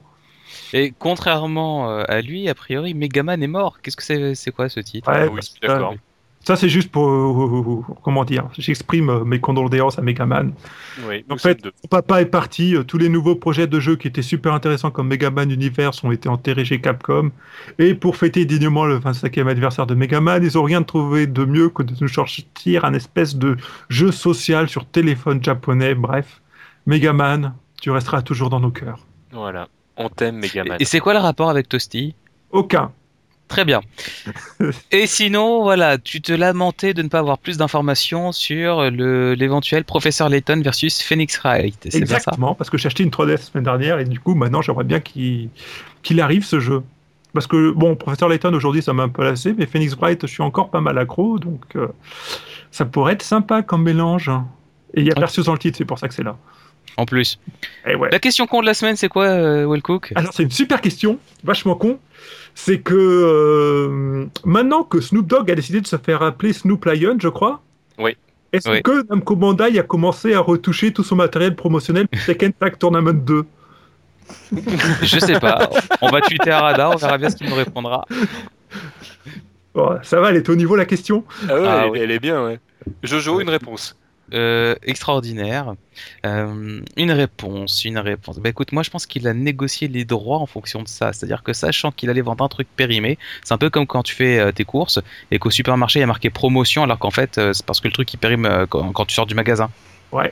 Speaker 1: Et contrairement euh, à lui, a priori, Megaman est mort. Qu'est-ce que c'est, c'est quoi ce titre
Speaker 2: Ouais,
Speaker 3: Ah oui,
Speaker 2: parce
Speaker 3: je suis
Speaker 2: que,
Speaker 3: d'accord.
Speaker 2: euh, Ça c'est juste pour euh, comment dire, j'exprime euh, mes condoléances à Megaman.
Speaker 3: Oui,
Speaker 2: En
Speaker 3: nous sommes
Speaker 2: fait,
Speaker 3: deux.
Speaker 2: Son papa est parti, euh, tous les nouveaux projets de jeux qui étaient super intéressants comme Megaman Universe ont été enterrés chez Capcom. Et pour fêter dignement le 25e anniversaire de Megaman, ils ont rien trouvé de mieux que de nous sortir un espèce de jeu social sur téléphone japonais. Bref, Megaman, tu resteras toujours dans nos cœurs.
Speaker 3: Voilà. On t'aime, Megaman.
Speaker 1: Et c'est quoi le rapport avec Toasty
Speaker 2: Aucun.
Speaker 1: Très bien. Et sinon, voilà, tu te lamentais de ne pas avoir plus d'informations sur le- l'éventuel professeur Layton versus Phoenix Wright. C'est bien ça
Speaker 2: Exactement, parce que j'ai acheté une 3DS la semaine dernière et du coup, maintenant, j'aimerais bien qu'il qu'il arrive ce jeu. Parce que, bon, Professeur Layton, aujourd'hui, ça m'a un peu lassé, mais Phoenix Bright, je suis encore pas mal accro, donc euh, ça pourrait être sympa comme mélange. hein. Et il y a
Speaker 1: Ok.
Speaker 2: Perseus dans le titre, c'est pour ça que c'est là.
Speaker 1: En plus.
Speaker 2: Et ouais.
Speaker 1: La question con de la semaine, c'est quoi, euh, Will Cook
Speaker 2: Alors, c'est une super question, vachement con. C'est que euh, maintenant que Snoop Dogg a décidé de se faire appeler Snoop Lion, je crois.
Speaker 3: Oui.
Speaker 2: Est-ce
Speaker 1: Oui.
Speaker 2: que Namco Bandai a commencé à retoucher tout son matériel promotionnel pour Tekken Tag Tournament 2
Speaker 1: Je sais pas. On va tweeter à Radar, on verra bien ce qu'il nous répondra.
Speaker 2: Bon, ça va, elle était au niveau la question.
Speaker 3: Ah ouais,
Speaker 1: Ah
Speaker 3: elle,
Speaker 1: oui.
Speaker 3: elle est bien, ouais. Jojo, une réponse.
Speaker 1: Euh, extraordinaire. Euh, une réponse, une réponse. Bah écoute, moi je pense qu'il a négocié les droits en fonction de ça. C'est-à-dire que sachant qu'il allait vendre un truc périmé, c'est un peu comme quand tu fais euh, tes courses et qu'au supermarché il y a marqué promotion alors qu'en fait euh, c'est parce que le truc il périme euh, quand, quand tu sors du magasin.
Speaker 2: Ouais.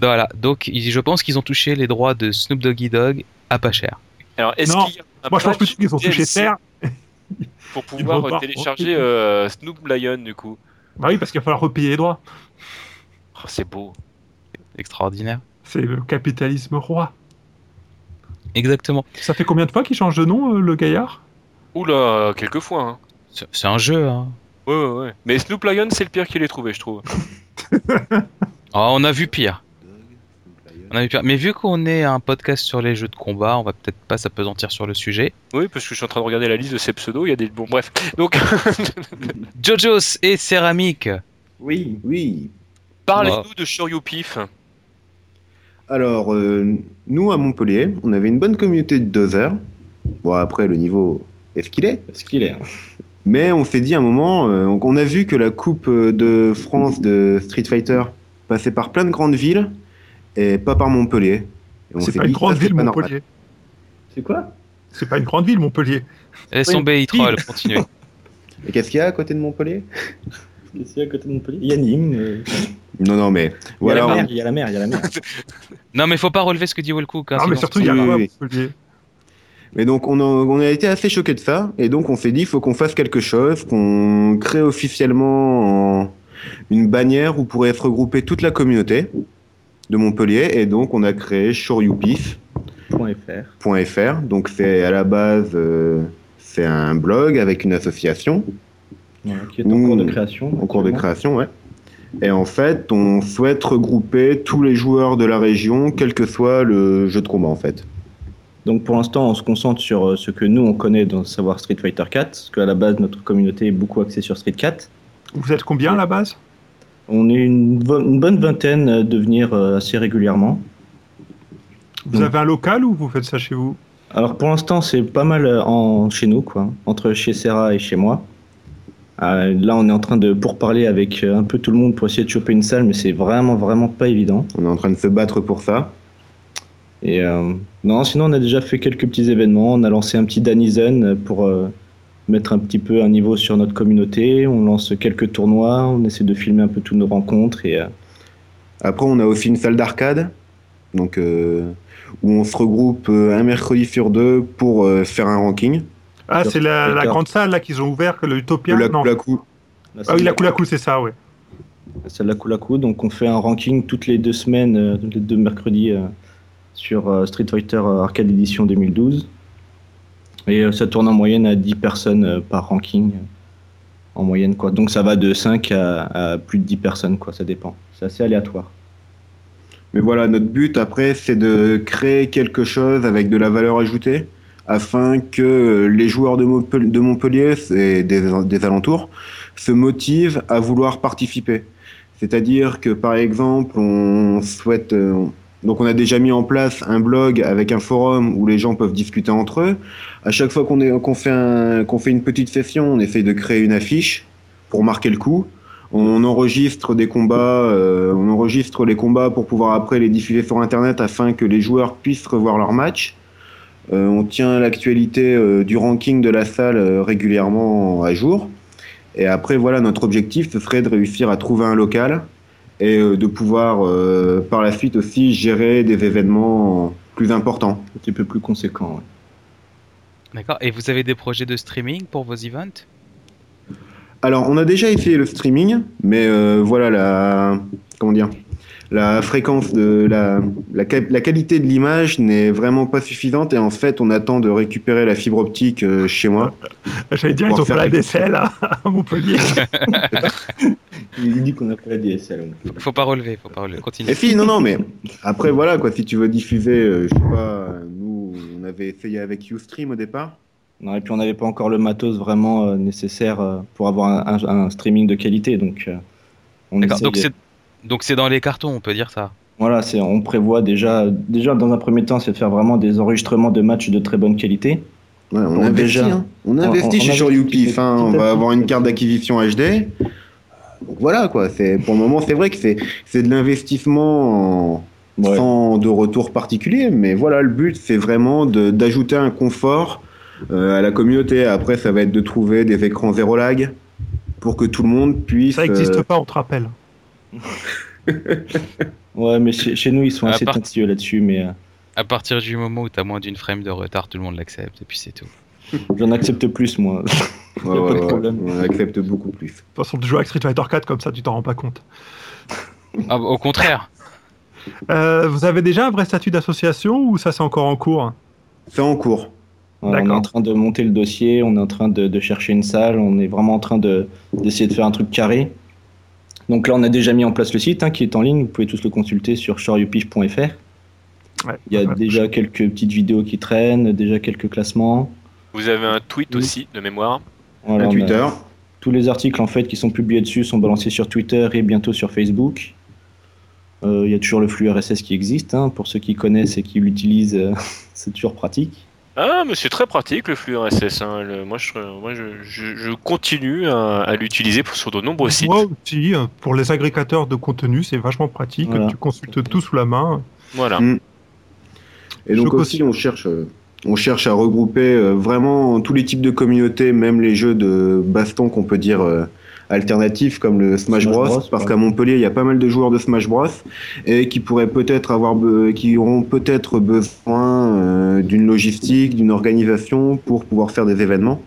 Speaker 1: Voilà, donc ils- je pense qu'ils ont touché les droits de Snoop Doggy Dog à pas cher.
Speaker 3: Alors, est-ce
Speaker 2: Non.
Speaker 3: qu'il y a un
Speaker 2: Moi, je pense
Speaker 3: patch
Speaker 2: plutôt qu'ils ont touché
Speaker 3: DLC
Speaker 2: terre.
Speaker 3: pour
Speaker 2: Ils vont
Speaker 3: pouvoir euh,
Speaker 2: pas
Speaker 3: télécharger
Speaker 2: rentrer.
Speaker 3: euh, Snoop Lion du coup
Speaker 2: Bah oui, parce qu'il va falloir repayer les droits.
Speaker 3: Oh, C'est beau.
Speaker 1: Extraordinaire.
Speaker 2: C'est le capitalisme roi.
Speaker 1: Exactement.
Speaker 2: Ça fait combien de fois qu'il change de nom, euh, le gaillard
Speaker 3: Oula, quelquefois. Hein.
Speaker 1: C'est c'est un jeu, hein.
Speaker 3: Ouais, ouais, ouais. Mais Snoop Lion, c'est le pire qu'il ait trouvé, je trouve.
Speaker 1: Ah, on a vu pire. On a vu pire. Mais vu qu'on est un podcast sur les jeux de combat, on va peut-être pas s'apesantir sur le sujet.
Speaker 3: Oui, parce que je suis en train de regarder la liste de ses pseudos. Il y a des. Bon, bref. Donc,
Speaker 1: Jojo's et Céramique.
Speaker 5: Oui, oui.
Speaker 3: parlez-nous de Shoryupif.
Speaker 5: Alors, euh, nous à Montpellier, on avait une bonne communauté de doseurs. Bon, après, le niveau est ce qu'il est.
Speaker 4: Parce qu'il est. hein.
Speaker 5: Mais on s'est dit à un moment, euh, on- on a vu que la Coupe euh, de France de Street Fighter passait par plein de grandes villes et pas par Montpellier. Et on
Speaker 2: C'est
Speaker 5: s'est
Speaker 2: pas une
Speaker 5: dit,
Speaker 2: grande
Speaker 5: ça, c'est
Speaker 2: ville,
Speaker 5: pas normal.
Speaker 2: Montpellier.
Speaker 4: C'est quoi
Speaker 2: C'est pas une grande ville, Montpellier.
Speaker 1: Laisse
Speaker 2: Oui.
Speaker 1: tomber, il troll,
Speaker 2: (laughs)
Speaker 1: continue.
Speaker 5: Et qu'est-ce qu'il y a à côté de Montpellier
Speaker 4: Qu'est-ce qu'il y a à côté de Montpellier Il y a Nîmes. euh,
Speaker 5: Non, non, mais voilà.
Speaker 4: il, y a la
Speaker 5: on-
Speaker 4: mer, il y a la mer, il y a la mer.
Speaker 1: Non, mais faut pas relever ce que dit Wellcook. Hein,
Speaker 2: non, mais
Speaker 1: sinon-
Speaker 2: surtout, il y a
Speaker 5: Oui,
Speaker 2: quoi à
Speaker 5: oui.
Speaker 2: Montpellier
Speaker 5: Mais donc on a, on a été assez choqués de ça, et donc on s'est dit il faut qu'on fasse quelque chose, qu'on crée officiellement en- une bannière où pourrait être regroupée toute la communauté de Montpellier, et donc on a créé shoryupif.fr.
Speaker 4: Point .fr.
Speaker 5: Donc c'est à la base euh, c'est un blog avec une association
Speaker 4: Ouais, qui est en cours de
Speaker 5: Ouh,
Speaker 4: création.
Speaker 5: en cours de
Speaker 4: actuellement.
Speaker 5: création, ouais. Et en fait on souhaite regrouper tous les joueurs de la région, quel que soit le jeu de combat en fait.
Speaker 4: Donc pour l'instant, on se concentre sur euh, ce que nous on connaît dans le savoir Street Fighter 4, parce qu'à la base notre communauté est beaucoup axée sur Street 4.
Speaker 2: Vous êtes combien à la base
Speaker 4: On est une, vo- une bonne vingtaine euh, de venir euh, assez régulièrement.
Speaker 2: Vous
Speaker 4: Mm.
Speaker 2: avez un local ou vous faites ça chez vous
Speaker 4: Alors pour l'instant, c'est pas mal euh, en chez nous quoi, entre chez Serra et chez moi. Euh, là, on est en train de pourparler avec euh, un peu tout le monde pour essayer de choper une salle, mais c'est vraiment vraiment pas évident.
Speaker 5: On est en train de se battre pour ça.
Speaker 4: Et euh, non, sinon on a déjà fait quelques petits événements. On a lancé un petit Danizen euh, pour euh, mettre un petit peu un niveau sur notre communauté. On lance quelques tournois. On essaie de filmer un peu toutes nos rencontres et euh,
Speaker 5: Après, on a aussi une salle d'arcade, donc euh, où on se regroupe euh, un mercredi sur deux pour euh, faire un ranking.
Speaker 2: Ah,
Speaker 4: Sur
Speaker 2: c'est la, la
Speaker 4: Twitter.
Speaker 2: grande salle là qu'ils ont ouvert, que le Utopia.
Speaker 5: le
Speaker 2: non.
Speaker 5: Laku-Laku.
Speaker 4: la
Speaker 2: Ah
Speaker 4: salle
Speaker 2: oui, la Koulakou, c'est ça, ouais.
Speaker 4: la salle Laku Laku. Donc on fait un ranking toutes les deux semaines, euh, tous les deux mercredis euh, sur euh, Street Fighter euh, Arcade Edition 2012. Et euh, ça tourne en moyenne à 10 personnes euh, par ranking. euh, En moyenne, quoi. Donc, ça va de 5 à, à plus de 10 personnes, quoi. Ça dépend. C'est assez aléatoire.
Speaker 5: Mais voilà, notre but après, c'est de créer quelque chose avec de la valeur ajoutée afin que euh, les joueurs de, Montpel- de Montpellier et des, des alentours se motivent à vouloir participer. C'est-à-dire que par exemple, on souhaite... euh, donc on a déjà mis en place un blog avec un forum où les gens peuvent discuter entre eux. À chaque fois qu'on est- qu'on fait, un- qu'on fait une petite session, on essaye de créer une affiche pour marquer le coup. On enregistre des combats, euh, on enregistre les combats pour pouvoir après les diffuser sur Internet afin que les joueurs puissent revoir leurs matchs. Euh, on tient l'actualité euh, du ranking de la salle euh, régulièrement à jour. Et après, voilà, notre objectif, ce serait de réussir à trouver un local et euh, de pouvoir euh, par la suite aussi gérer des événements plus importants.
Speaker 4: Un petit peu plus conséquent, ouais.
Speaker 1: D'accord. Et vous avez des projets de streaming pour vos events
Speaker 5: Alors, on a déjà essayé le streaming, mais euh, voilà la comment dire la fréquence de la la, ca- la qualité de l'image n'est vraiment pas suffisante et en fait, on attend de récupérer la fibre optique euh, chez moi.
Speaker 2: J'allais dire,
Speaker 5: On
Speaker 2: ils
Speaker 5: va
Speaker 2: ont fait
Speaker 5: faire
Speaker 2: la
Speaker 5: quelque
Speaker 2: DSL à (laughs) à Montpellier.
Speaker 4: Il dit qu'on appelle la DSL. donc.
Speaker 1: Faut pas relever, faut pas relever.
Speaker 5: Et
Speaker 1: Continue.
Speaker 5: si non non, mais après voilà quoi, si tu veux diffuser, euh, je sais pas, euh, nous on avait essayé avec YouStream au départ.
Speaker 4: Non, et puis on n'avait pas encore le matos vraiment euh, nécessaire euh, pour avoir un, un- un streaming de qualité. Donc, euh, on
Speaker 1: D'accord.
Speaker 4: essaie
Speaker 1: Donc
Speaker 4: de-
Speaker 1: c'est donc c'est dans les cartons, on peut dire ça.
Speaker 4: voilà, c'est- on prévoit déjà, déjà dans un premier temps, c'est de faire vraiment des enregistrements de matchs de très bonne qualité.
Speaker 5: Ouais, on
Speaker 4: Bon,
Speaker 5: investit,
Speaker 4: déjà.
Speaker 5: hein. on
Speaker 4: On-
Speaker 5: investit
Speaker 4: on- on
Speaker 5: chez
Speaker 4: investit
Speaker 5: Shoryupi.
Speaker 4: petit à
Speaker 5: Enfin, on
Speaker 4: petit.
Speaker 5: va avoir une carte d'acquisition HD. Donc voilà quoi. C'est pour le moment, c'est vrai que c'est c'est de l'investissement en-
Speaker 4: Ouais.
Speaker 5: sans de retour particulier, mais voilà, le but c'est vraiment de- d'ajouter un confort euh, à la communauté. Après, ça va être de trouver des écrans zéro lag pour que tout le monde puisse.
Speaker 2: Ça n'existe
Speaker 5: euh,
Speaker 2: pas, on te rappelle.
Speaker 4: Ouais, mais chez, chez nous, ils sont
Speaker 1: À
Speaker 4: assez
Speaker 1: part-
Speaker 4: pointilleux là-dessus. Mais euh,
Speaker 1: À partir du moment où t'as moins d'une frame de retard, tout le monde l'accepte et puis
Speaker 5: (laughs)
Speaker 1: c'est tout.
Speaker 4: j'en accepte plus, moi.
Speaker 5: ouais,
Speaker 4: (laughs) y a pas
Speaker 5: ouais,
Speaker 4: de
Speaker 5: ouais,
Speaker 4: problème.
Speaker 5: on accepte beaucoup plus.
Speaker 2: De toute façon, tu joues avec Street Fighter 4 comme ça, tu t'en rends pas compte.
Speaker 1: Ah, au contraire.
Speaker 2: Euh, vous avez déjà un vrai statut d'association ou ça c'est encore en cours
Speaker 5: C'est en cours.
Speaker 4: On est
Speaker 2: D'accord.
Speaker 4: en train de monter le dossier, on est en train de, de chercher une salle, on est vraiment en train de- d'essayer de, faire un truc carré. Donc là, on a déjà mis en place le site hein, qui est en ligne, vous pouvez tous le consulter sur shoryupif.fr.
Speaker 2: Ouais.
Speaker 4: Il y a
Speaker 2: Ouais.
Speaker 4: déjà quelques petites vidéos qui traînent, déjà quelques classements.
Speaker 3: Vous avez un tweet
Speaker 4: Oui.
Speaker 3: aussi de mémoire.
Speaker 4: Voilà, on a-
Speaker 5: Twitter.
Speaker 4: tous les articles en fait qui sont publiés dessus sont balancés sur Twitter et bientôt sur Facebook. Euh, Il y a toujours le flux RSS qui existe, hein, pour ceux qui connaissent et qui l'utilisent, euh, (laughs) c'est toujours pratique.
Speaker 3: Ah, mais c'est très pratique le flux RSS. hein. Le- moi, je, moi, je, je- je continue à, à l'utiliser pour- sur de nombreux sites.
Speaker 2: Moi aussi, euh, pour les agrégateurs de contenu, c'est vachement pratique.
Speaker 4: Voilà.
Speaker 2: Tu consultes tout sous la main.
Speaker 4: Hmm.
Speaker 3: Voilà.
Speaker 5: Et donc
Speaker 2: Choco
Speaker 5: aussi, on cherche, euh, on cherche à regrouper euh, vraiment tous les types de communautés, même les jeux de baston qu'on peut dire euh, alternatifs, comme le Smash,
Speaker 4: Smash
Speaker 5: Bros.
Speaker 4: Bros,
Speaker 5: parce
Speaker 4: ouais.
Speaker 5: qu'à Montpellier, il y a pas mal de joueurs de Smash Bros. et qui pourraient peut-être avoir, be- qui auront peut-être besoin euh, d'une logistique, d'une organisation pour pouvoir faire des événements.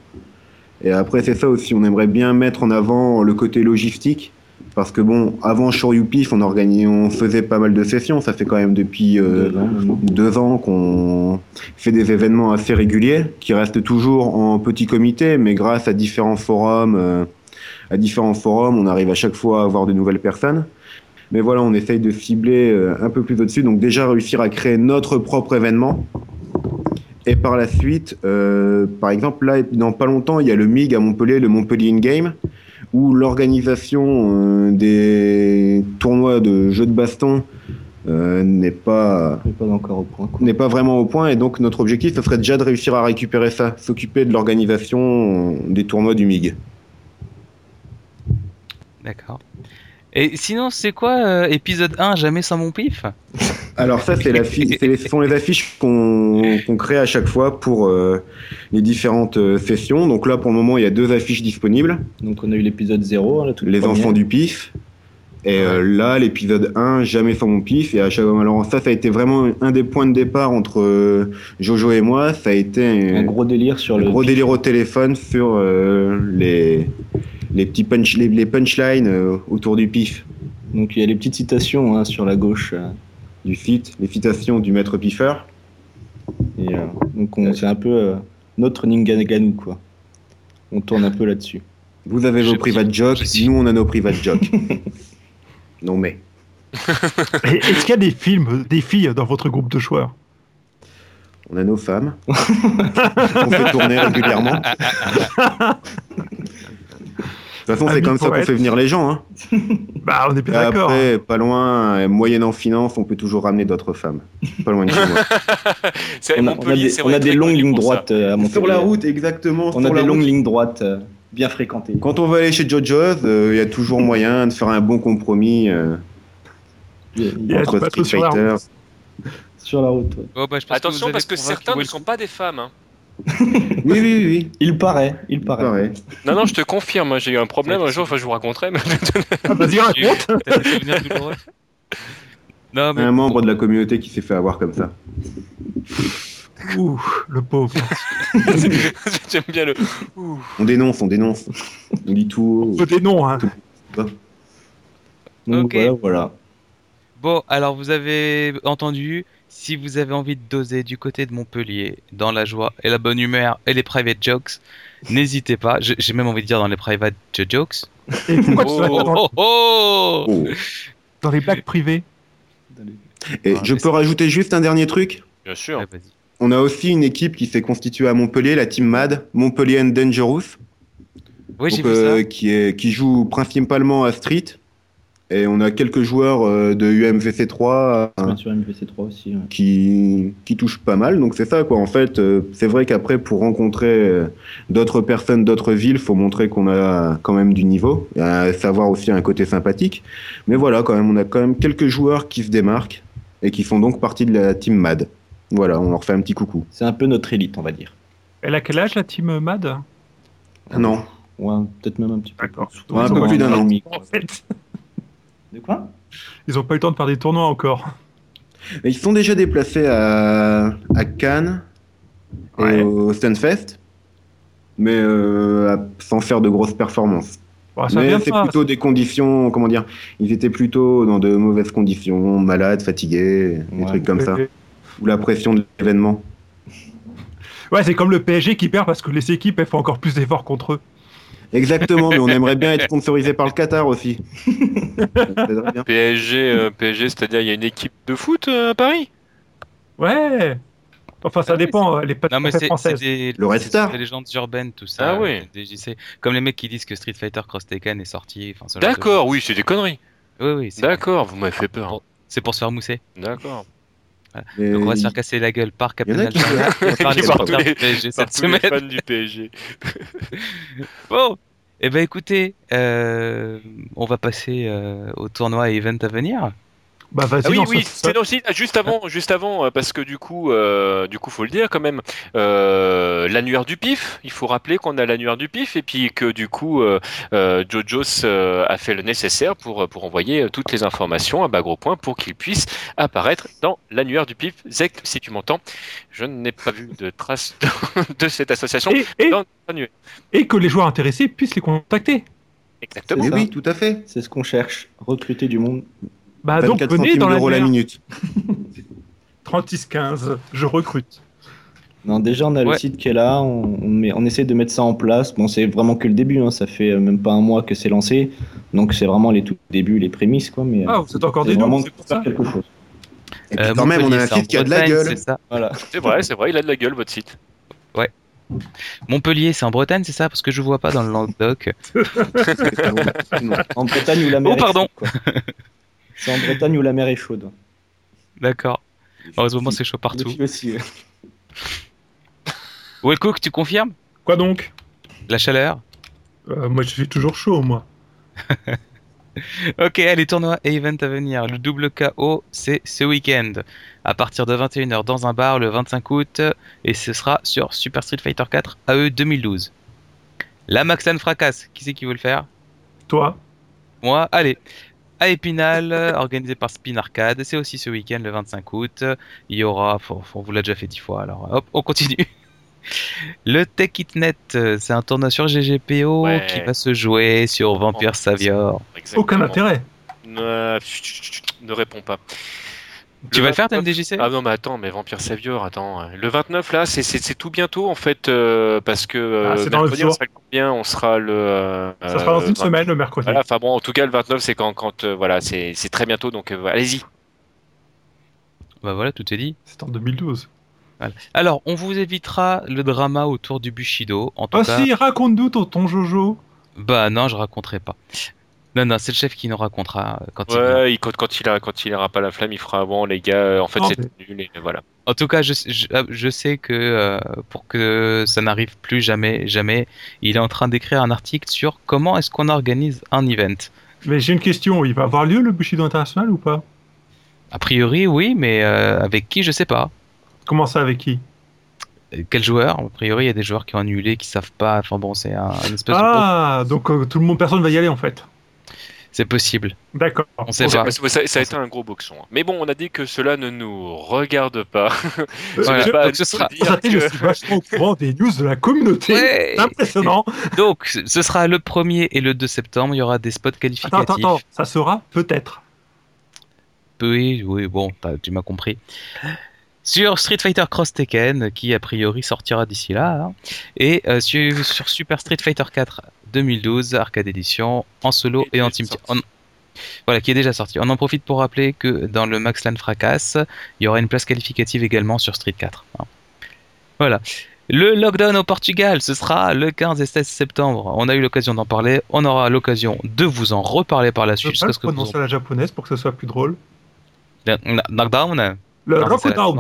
Speaker 5: Et après, c'est ça aussi, on aimerait bien mettre en avant le côté logistique. Parce que bon, avant Shoryupif, on, organisait, on faisait pas mal de sessions. Ça fait quand même depuis euh,
Speaker 4: Deux ans, maintenant.
Speaker 5: deux ans qu'on fait des événements assez réguliers, qui restent toujours en petit comité, mais grâce à différents forums, euh, à différents forums, on arrive à chaque fois à avoir de nouvelles personnes. Mais voilà, on essaye de cibler euh, un peu plus au-dessus, donc déjà réussir à créer notre propre événement. Et par la suite, euh, par exemple, là, dans pas longtemps, il y a le MIG à Montpellier, le Montpellier In-Game, où l'organisation euh, des tournois de jeux de baston euh, n'est pas
Speaker 4: On n'est pas encore au point. quoi.
Speaker 5: n'est pas vraiment au point et donc notre objectif ce serait déjà de réussir à récupérer ça, s'occuper de l'organisation des tournois du MIG.
Speaker 1: D'accord. Et sinon, c'est quoi euh, épisode 1 Jamais sans mon pif
Speaker 5: Alors ça c'est la fi- c'est les- ce sont les affiches qu'on qu'on crée à chaque fois pour euh, les différentes euh, sessions. Donc là pour le moment il y a deux affiches disponibles,
Speaker 4: Donc on a eu l'épisode 0, hein, la toute
Speaker 5: les
Speaker 4: première.
Speaker 5: enfants du pif et euh, là l'épisode 1 jamais sans mon pif et à chaque alors ça ça a été vraiment un des points de départ entre euh, Jojo et moi, ça a été
Speaker 4: Un gros délire sur
Speaker 5: le
Speaker 4: le.
Speaker 5: E. gros délire au téléphone sur euh, les, les petits punch, les, les punchlines euh, autour du pif,
Speaker 4: Donc il y a les petites citations hein, sur la gauche. euh,
Speaker 5: du site, les citations du maître piffeur.
Speaker 4: et, euh, donc on- c'est un peu euh, notre Ninganaganou quoi. On tourne un peu là-dessus.
Speaker 5: Vous avez vos
Speaker 1: Je-
Speaker 5: private jokes,
Speaker 1: je suis-
Speaker 5: nous on a nos private
Speaker 4: (laughs)
Speaker 5: jokes. non mais.
Speaker 2: Et Est-ce qu'il y a des films, des filles dans votre groupe de joueurs
Speaker 5: On a nos
Speaker 4: (laughs)
Speaker 5: femmes, on fait tourner régulièrement. De toute façon, c'est
Speaker 2: Amis
Speaker 5: comme ça qu'on
Speaker 2: poètes.
Speaker 5: fait venir les gens. Hein.
Speaker 2: Bah, on est bien d'accord.
Speaker 4: (laughs)
Speaker 5: Après, pas loin, euh, moyennant finance, on peut toujours ramener d'autres femmes. Pas loin de chez moi.
Speaker 3: C'est-
Speaker 4: On a, on a
Speaker 3: Montpellier,
Speaker 4: des,
Speaker 3: c'est
Speaker 4: on a
Speaker 3: vrai,
Speaker 4: des
Speaker 3: très
Speaker 4: longues
Speaker 3: connu
Speaker 4: lignes
Speaker 3: pour ça.
Speaker 4: droites euh, à (laughs) monter.
Speaker 5: Sur la route, exactement.
Speaker 4: On
Speaker 5: sur
Speaker 4: a
Speaker 5: la
Speaker 4: des
Speaker 5: route.
Speaker 4: longues lignes droites euh, bien fréquentées.
Speaker 5: Quand on va aller chez JoJo's, il y a toujours moyen de faire un bon compromis euh,
Speaker 2: Il y a
Speaker 5: entre
Speaker 2: du bateau
Speaker 5: Street
Speaker 2: sur la
Speaker 5: Fighter.
Speaker 4: sur la route. ouais.
Speaker 1: Oh, bah, je pense
Speaker 3: Attention,
Speaker 1: vous
Speaker 3: parce que
Speaker 1: avez convaincu
Speaker 3: certains ne
Speaker 1: Will-
Speaker 3: sont pas des femmes. hein.
Speaker 5: Oui, oui, oui, oui.
Speaker 4: Il paraît, il
Speaker 1: (laughs)
Speaker 4: paraît.
Speaker 5: Pareil.
Speaker 3: Non, non, je te confirme, hein, j'ai eu un problème un jour, enfin, je vous
Speaker 4: (laughs)
Speaker 3: raconterai. mais- (laughs)
Speaker 2: Ah, Vas-y, raconte
Speaker 1: T'as des souvenirs douloureux Non, mais
Speaker 5: (laughs) Un membre de la communauté qui s'est fait avoir comme ça.
Speaker 2: Ouh, le pauvre.
Speaker 3: J'aime bien le.
Speaker 5: On dénonce, on dénonce. On dit
Speaker 1: (laughs)
Speaker 5: tout.
Speaker 2: Faut des noms, hein.
Speaker 4: Donc
Speaker 1: Ok.
Speaker 4: voilà, voilà.
Speaker 1: Bon, alors vous avez entendu, si vous avez envie de doser du côté de Montpellier, dans la joie et la bonne humeur et les private jokes, n'hésitez pas. Je- J'ai même envie de dire dans les private jo- jokes.
Speaker 2: Et pourquoi tu
Speaker 3: Oh.
Speaker 2: vas pas dans,
Speaker 1: Oh oh
Speaker 5: Oh.
Speaker 2: dans les blagues privées
Speaker 5: Et
Speaker 1: Ah,
Speaker 5: je
Speaker 1: mais
Speaker 5: peux rajouter juste un dernier truc.
Speaker 3: Bien sûr.
Speaker 1: Ouais, Ah, vas-y.
Speaker 5: On a aussi une équipe qui s'est constituée à Montpellier, la team MAD, Montpellier and Dangerous,
Speaker 1: Oui, j'ai
Speaker 5: donc,
Speaker 1: vu ça.
Speaker 5: euh, qui, est, qui joue principalement à Street. Et on a quelques joueurs euh, de UMVC3 euh,
Speaker 4: Bien sûr, MVC3 aussi. ouais.
Speaker 5: qui, qui touche pas mal. Donc c'est ça, quoi. En fait, euh, c'est vrai qu'après, pour rencontrer euh, d'autres personnes, d'autres villes, faut montrer qu'on a quand même du niveau, à savoir aussi un côté sympathique. Mais voilà, quand même, on a quand même quelques joueurs qui se démarquent et qui font donc partie de la team MAD. Voilà, on leur fait un petit coucou.
Speaker 4: C'est un peu notre élite, on va dire.
Speaker 2: Elle a quel âge, la team MAD
Speaker 5: Non,
Speaker 4: Ouais, peut-être même un petit peu.
Speaker 2: D'accord.
Speaker 4: plus.
Speaker 5: Ouais, un peu plus d'un an.
Speaker 4: demi.
Speaker 2: En fait,
Speaker 4: De quoi
Speaker 2: ils ont pas eu le temps de faire des tournois encore.
Speaker 5: mais ils sont déjà déplacés à, à Cannes et
Speaker 2: Ouais.
Speaker 5: au Stunfest, mais euh, à- sans faire de grosses performances.
Speaker 2: Bon, Bah, ça
Speaker 5: Mais
Speaker 2: vient
Speaker 5: c'est
Speaker 2: pas.
Speaker 5: plutôt des conditions, comment dire, ils étaient plutôt dans de mauvaises conditions, malades, fatigués, des
Speaker 4: Ouais.
Speaker 5: trucs comme ça,
Speaker 2: Et-
Speaker 5: ou la pression de l'événement.
Speaker 2: Ouais, c'est comme le PSG qui perd parce que les équipes elles font encore plus d'efforts contre eux.
Speaker 5: Exactement, mais on aimerait bien être sponsorisé par le Qatar aussi. Ça aiderait
Speaker 1: (laughs)
Speaker 5: bien.
Speaker 3: PSG, euh, PSG c'est-à-dire il y a une équipe de foot euh, à Paris
Speaker 2: Ouais. Enfin, ça
Speaker 1: Ah oui,
Speaker 2: dépend. euh, Elle est pas
Speaker 1: Non, mais
Speaker 2: tout
Speaker 1: c'est
Speaker 2: à fait
Speaker 1: c'est
Speaker 2: française.
Speaker 1: des,
Speaker 5: Le Red
Speaker 1: c'est
Speaker 5: Star.
Speaker 1: des légendes urbaines, tout ça.
Speaker 3: Ah oui.
Speaker 1: des JC. Comme les mecs qui disent que Street Fighter Cross Tekken est sorti. enfin, ce genre de
Speaker 3: D'accord, oui, c'est des conneries.
Speaker 1: choses. Oui, oui, c'est-
Speaker 3: D'accord, vous m'avez fait peur.
Speaker 1: c'est pour se faire mousser.
Speaker 3: D'accord.
Speaker 5: Mais
Speaker 1: Donc on va se faire casser la gueule par
Speaker 5: Il y en a
Speaker 1: Captain
Speaker 5: (laughs) qui-
Speaker 1: Alpha, par les
Speaker 5: Par
Speaker 3: tous
Speaker 1: supporters
Speaker 3: les-
Speaker 1: du PSG
Speaker 3: Par
Speaker 1: cette
Speaker 3: tous les
Speaker 1: semaine.
Speaker 3: fans du PSG.
Speaker 1: Bon, eh ben écoutez, euh, on va passer euh, au tournoi et event à venir.
Speaker 2: Bah vas-y,
Speaker 3: Ah oui,
Speaker 2: lance
Speaker 3: oui,
Speaker 2: ça.
Speaker 3: c'est- non, si, ah, juste avant, juste avant, euh, parce que du coup, euh, du coup, faut le dire quand même, euh, l'annuaire du pif. Il faut rappeler qu'on a l'annuaire du pif et puis que du coup, euh, euh, Jojos euh, a fait le nécessaire pour pour envoyer euh, toutes les informations à Bagro Point pour qu'il puisse apparaître dans l'annuaire du pif. Zek, si tu m'entends, je n'ai pas vu de trace (laughs) de, de cette association.
Speaker 2: Et, et-
Speaker 3: dans l'annuaire.
Speaker 2: et que les joueurs intéressés puissent les contacter.
Speaker 3: Exactement.
Speaker 5: Mais
Speaker 4: ça.
Speaker 5: oui, tout à fait.
Speaker 4: C'est ce qu'on cherche, recruter du monde.
Speaker 5: Ah,
Speaker 2: Bah donc
Speaker 5: 24
Speaker 2: venez
Speaker 5: centimes
Speaker 2: dans la
Speaker 5: d'euros la
Speaker 2: guerre.
Speaker 5: minute.
Speaker 2: 36-15, je recrute.
Speaker 4: Non, déjà, on a
Speaker 1: Ouais.
Speaker 4: le site qui est là, on, on, met- on essaie de mettre ça en place. Bon, c'est vraiment que le début, hein, ça fait euh, même pas un mois que c'est lancé, donc c'est vraiment les tout débuts, les prémices, quoi. Mais, euh,
Speaker 2: Ah, vous êtes encore des
Speaker 4: c'est
Speaker 2: noms,
Speaker 4: vraiment
Speaker 2: c'est pour ça.
Speaker 4: quelque chose.
Speaker 5: Et puis quand même, on a
Speaker 1: Euh, Montpellier,
Speaker 5: un
Speaker 1: c'est en
Speaker 5: site qui a de la
Speaker 1: Bretagne,
Speaker 5: gueule.
Speaker 1: c'est ça.
Speaker 4: Voilà.
Speaker 3: C'est vrai, c'est vrai, il a de la gueule votre site.
Speaker 1: Montpellier, c'est en Bretagne, c'est ça Parce que je vois pas dans
Speaker 5: (laughs)
Speaker 1: le Languedoc.
Speaker 4: En Bretagne
Speaker 1: (laughs)
Speaker 4: où la mer
Speaker 1: Oh, pardon.
Speaker 4: est chaude. quoi. C'est en Bretagne où la mer est chaude.
Speaker 1: D'accord. Heureusement, c'est chaud (laughs) partout.
Speaker 4: Depuis aussi, euh.
Speaker 1: Wellcook, tu confirmes
Speaker 2: Quoi donc
Speaker 1: La chaleur
Speaker 2: Euh, Moi, je suis toujours chaud, moi.
Speaker 1: Ok, allez, tournoi et event à venir. Le double KO, c'est ce week-end. À partir de 21h dans un bar le 25 août. Et ce sera sur Super Street Fighter E 4 AE 2012. La Maxan Fracasse, qui c'est qui veut le faire
Speaker 2: Toi
Speaker 1: Moi, allez. À Épinal, euh, organisé par Spin Arcade. C'est aussi ce week-end, le 25 août. Il y aura, faut- faut- on vous l'a déjà fait dix fois, alors hop, on continue. (laughs) Le Tech It Net, euh, c'est un tournoi sur GGPO
Speaker 3: Ouais.
Speaker 1: qui va se jouer sur Vampire Savior.
Speaker 2: Aucun
Speaker 3: Exactement.
Speaker 2: intérêt.
Speaker 3: Euh, chut, chut, chut, chut, ne réponds pas.
Speaker 1: Tu vas le faire,
Speaker 3: 29
Speaker 1: TMDJC
Speaker 3: Ah non, mais attends, mais Vampire Savior, attends. Le 29, là, c'est- c'est c'est tout bientôt, en fait, euh, parce que euh,
Speaker 2: Ah, c'est dans le
Speaker 3: mercredi,
Speaker 2: jour.
Speaker 3: on sera combien On sera le... euh,
Speaker 2: Ça sera dans
Speaker 3: euh,
Speaker 2: une
Speaker 3: vingt-
Speaker 2: semaine, le mercredi.
Speaker 3: Voilà, enfin bon, en tout cas, le 29, c'est quand... quand euh, voilà, c'est c'est très bientôt, donc euh, allez-y.
Speaker 1: Bah voilà, tout est dit.
Speaker 2: C'est en 2012.
Speaker 1: Voilà. Alors, on vous évitera le drama autour du Bushido. En tout
Speaker 2: Ah
Speaker 1: cas,
Speaker 2: si, raconte-nous ton, ton Jojo.
Speaker 1: bah non, je raconterai pas. Non, non, c'est le chef qui nous racontera euh, quand il viendra.
Speaker 3: Ouais, il, quand, quand il a, quand il aura pas la flamme, il fera bon, les gars, euh, en fait,
Speaker 2: Non,
Speaker 3: c'est nul, et voilà.
Speaker 1: En tout cas, je, je, ah, je sais que euh, pour que ça n'arrive plus jamais, jamais, il est en train d'écrire un article sur comment est-ce qu'on organise un event.
Speaker 2: Mais j'ai une question, il va avoir lieu le Bushido International ou pas
Speaker 1: A priori, oui, mais euh, avec qui, je sais pas.
Speaker 2: Comment ça, avec qui
Speaker 1: Euh, Quel joueur A priori, il y a des joueurs qui ont annulé, qui savent pas. Enfin bon, c'est un, une espèce de groupe.
Speaker 2: Ah, donc euh, tout le monde, personne va y aller en fait.
Speaker 1: C'est possible.
Speaker 2: D'accord.
Speaker 1: On sait pas.
Speaker 3: Parce que ça, ça a été un gros boxon. hein. Mais bon, on a dit que cela ne nous regarde pas. (laughs)
Speaker 2: Euh,
Speaker 1: Voilà.
Speaker 2: je-
Speaker 3: Pas à
Speaker 1: donc ce
Speaker 3: nous
Speaker 1: sera-
Speaker 3: dire
Speaker 2: Constatez,
Speaker 3: que-
Speaker 2: je suis vachement au courant des news de la communauté.
Speaker 1: Ouais.
Speaker 2: C'est impressionnant.
Speaker 1: Donc, ce ce sera le 1er et le 2 septembre. Il y aura des spots qualificatifs.
Speaker 2: Attends, attends, attends. Ça sera peut-être.
Speaker 1: Oui, oui, bon, t'as- tu m'as compris. Sur Street Fighter Cross Tekken, qui a priori sortira d'ici là, hein, et euh, sur, sur Super Street Fighter 4 2012 Arcade Edition en solo
Speaker 3: Qui est
Speaker 1: et en
Speaker 3: déjà
Speaker 1: team.
Speaker 3: sorti.
Speaker 1: en- Voilà, qui est déjà sorti. On en profite pour rappeler que dans le Maxland Fracas, il y aura une place qualificative également sur Street 4. hein. Voilà. Le lockdown au Portugal, ce sera le 15 et 16 septembre. On a eu l'occasion d'en parler. On aura l'occasion de vous en reparler par la
Speaker 2: Je
Speaker 1: suite
Speaker 2: vais pas
Speaker 1: jusqu'à
Speaker 2: le
Speaker 1: ce que vous
Speaker 2: prononcer à la japonaise pour que ce soit plus drôle.
Speaker 1: en... Lockdown
Speaker 2: Le
Speaker 1: non, mais c'est la
Speaker 2: Rokudown.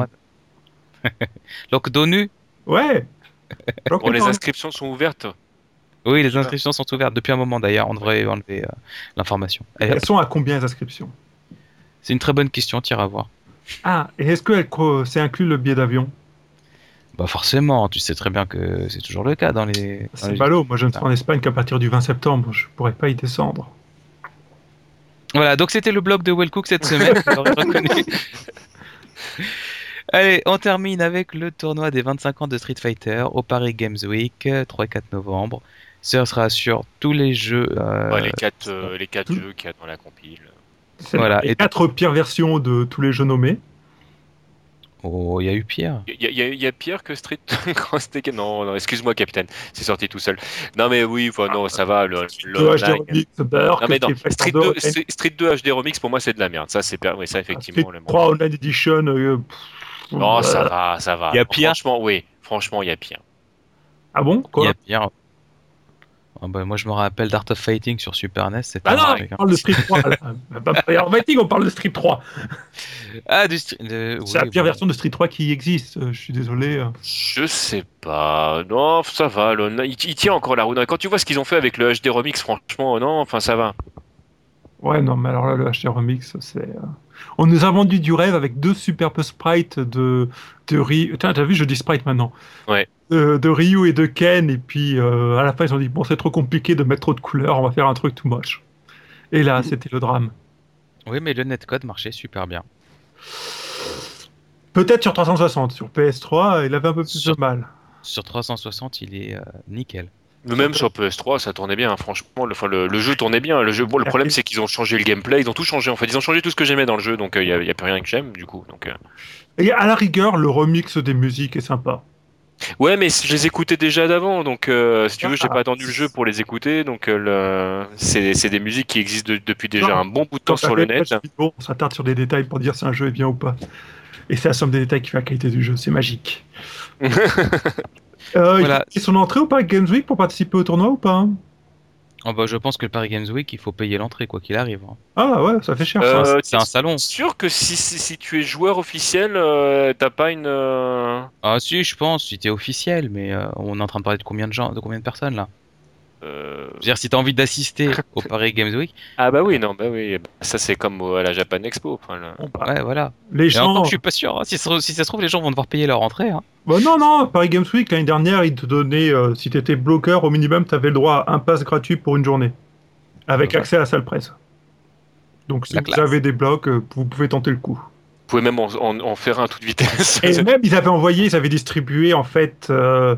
Speaker 1: chinoise. (laughs) Lockdownu (laughs)
Speaker 2: Ouais.
Speaker 3: Bon, les
Speaker 2: Rokudown.
Speaker 3: inscriptions sont ouvertes.
Speaker 1: Oui, les inscriptions sont ouvertes depuis un moment d'ailleurs. On devrait enlever euh, l'information. Allez, hop.
Speaker 2: Elles sont à combien les inscriptions
Speaker 1: C'est une très bonne question, tire à voir.
Speaker 2: Ah, et est-ce que elle co- c'est inclus le billet d'avion
Speaker 1: Bah forcément, tu sais très bien que c'est toujours le cas dans les. dans
Speaker 2: C'est
Speaker 1: les-
Speaker 2: ballot. Moi, je ne serai en Espagne qu'à partir du 20 septembre. Je pourrais pas y descendre.
Speaker 1: Voilà, donc c'était le blog de Wellcook cette semaine. vous l'aurez
Speaker 2: (laughs)
Speaker 1: reconnu. Allez, on termine avec le tournoi des 25 ans de Street Fighter au Paris Games Week, euh, 3 et 4 novembre. Ce sera sur tous les jeux. euh,
Speaker 3: Ouais, les quatre, euh, les quatre
Speaker 2: tout-
Speaker 3: jeux qu'il y a dans la compile.
Speaker 2: C'est
Speaker 1: Voilà,
Speaker 2: les
Speaker 1: et-
Speaker 2: quatre pires versions de tous les jeux nommés.
Speaker 1: Oh, il y a eu Pierre.
Speaker 3: Il y, a- il y a- il y a pire que Street (laughs) Cross Tekken. Non, non, excuse-moi, capitaine, c'est sorti tout seul. Non, mais oui, enfin, non, ça va. Le, le
Speaker 2: Le HD
Speaker 3: online.
Speaker 2: Remix, Dark,
Speaker 3: non, mais non,
Speaker 2: Street Fighter
Speaker 3: Street
Speaker 2: 2,
Speaker 3: 2,
Speaker 2: N-
Speaker 3: Street- Street 2 HD Remix, pour moi, c'est de la merde. Ça, c'est per-
Speaker 2: Ah,
Speaker 3: oui, ça, effectivement.
Speaker 2: Street
Speaker 3: le-
Speaker 2: 3 Online Edition. euh, pff,
Speaker 3: Non,
Speaker 1: Oh,
Speaker 2: euh,
Speaker 3: ça va, ça va.
Speaker 1: Il y a pire.
Speaker 3: Franchement, oui. Franchement, il y a pire.
Speaker 2: Ah
Speaker 1: Il
Speaker 2: bon
Speaker 1: y
Speaker 2: Quoi
Speaker 1: a Pierre. Ah bah, moi, je me rappelle d'Art of Fighting sur Super NES. c'était
Speaker 2: Ah non,
Speaker 1: magnifique,
Speaker 2: on
Speaker 1: hein.
Speaker 2: parle de Street 3. là. (laughs) Bah, bah, bah, en fighting, on parle de Street 3.
Speaker 1: Ah, du stri- de- oui,
Speaker 2: C'est la pire
Speaker 1: oui.
Speaker 2: version de Street 3 qui existe. euh, Je suis désolé. euh.
Speaker 3: Je sais pas. Non, ça va. le- Il, il tient encore la route. Quand tu vois ce qu'ils ont fait avec le HD Remix, franchement, non, enfin, ça va.
Speaker 2: Ouais, non, mais alors là, le HD Remix, c'est. euh, On nous a vendu du rêve avec deux superbes sprites de, de Ryu. Tiens, t'as vu, je dis sprite maintenant.
Speaker 3: Ouais.
Speaker 2: Euh, de Ryu et de Ken, et puis euh, à la fin, ils ont dit bon, c'est trop compliqué de mettre trop de couleurs, on va faire un truc tout moche. Et là, c'était le drame.
Speaker 1: Oui, mais le netcode marchait super bien.
Speaker 2: Peut-être sur 360, sur PS3, il avait un peu plus
Speaker 1: Sur-
Speaker 2: de mal.
Speaker 1: Sur 360, il est euh, nickel.
Speaker 3: Mais Même sur PS3, ça tournait bien, hein, franchement. Le, enfin, le, le jeu tournait bien. Le, jeu, (laughs) bon, le problème, c'est qu'ils ont changé le gameplay. Ils ont tout changé, en fait. Ils ont changé tout ce que j'aimais dans le jeu. Donc, il n'y a, y a plus rien que j'aime, du coup. Donc, euh.
Speaker 2: Et à la rigueur, le remix des musiques est sympa.
Speaker 3: Ouais, mais je les écoutais déjà d'avant. Donc, euh, si tu veux, j'ai
Speaker 2: Ah.
Speaker 3: pas attendu le jeu pour les écouter. Donc, euh, le- c'est c'est des musiques qui existent de- depuis déjà
Speaker 2: Non.
Speaker 3: un bon bout de temps sur le net.
Speaker 2: (laughs) Bon, on s'attarde sur des détails pour dire si un jeu est bien ou pas. Et c'est la somme des détails qui fait la qualité du jeu, c'est
Speaker 3: (laughs)
Speaker 2: magique. Euh,
Speaker 1: Voilà.
Speaker 2: Ils sont entrés ou pas à Games Week pour participer au tournoi ou pas hein
Speaker 1: Oh, bah, je pense que le Paris Games Week, il faut payer l'entrée, quoi qu'il arrive. hein.
Speaker 2: Ah ouais, ça fait cher.
Speaker 3: Euh,
Speaker 2: ça.
Speaker 1: C'est un- c'est un salon.
Speaker 3: Sûr que si, si, si tu es joueur officiel, euh, t'as pas une. euh,
Speaker 1: Ah, si, je pense, si t'es officiel, mais euh, on est en train de parler de combien de gens, de combien de personnes là
Speaker 3: euh,
Speaker 1: Je veux dire, si t'as envie d'assister
Speaker 2: (laughs)
Speaker 1: au Paris Games Week,
Speaker 3: Ah bah oui, non, bah oui, bah ça c'est comme au- à la Japan Expo. enfin, là.
Speaker 2: Bon, bah,
Speaker 1: ouais, voilà.
Speaker 2: les
Speaker 1: Et encore,
Speaker 2: gens.
Speaker 1: je suis pas sûr. hein. Si, ça, si ça se trouve, les gens vont devoir payer leur entrée. hein.
Speaker 2: Bah non, non, Paris Games Week, l'année dernière, ils te donnaient, euh, si t'étais bloqueur, au minimum, t'avais le droit à un pass gratuit pour une journée. Avec
Speaker 1: Ouais.
Speaker 2: accès à la salle presse. Donc si
Speaker 1: La
Speaker 2: vous
Speaker 1: classe.
Speaker 2: avez des blocs, euh, vous pouvez tenter le coup.
Speaker 3: Vous pouvez même en, en- en faire un à toute vitesse. (laughs)
Speaker 2: Et même, ils avaient envoyé, ils avaient distribué, en fait, euh,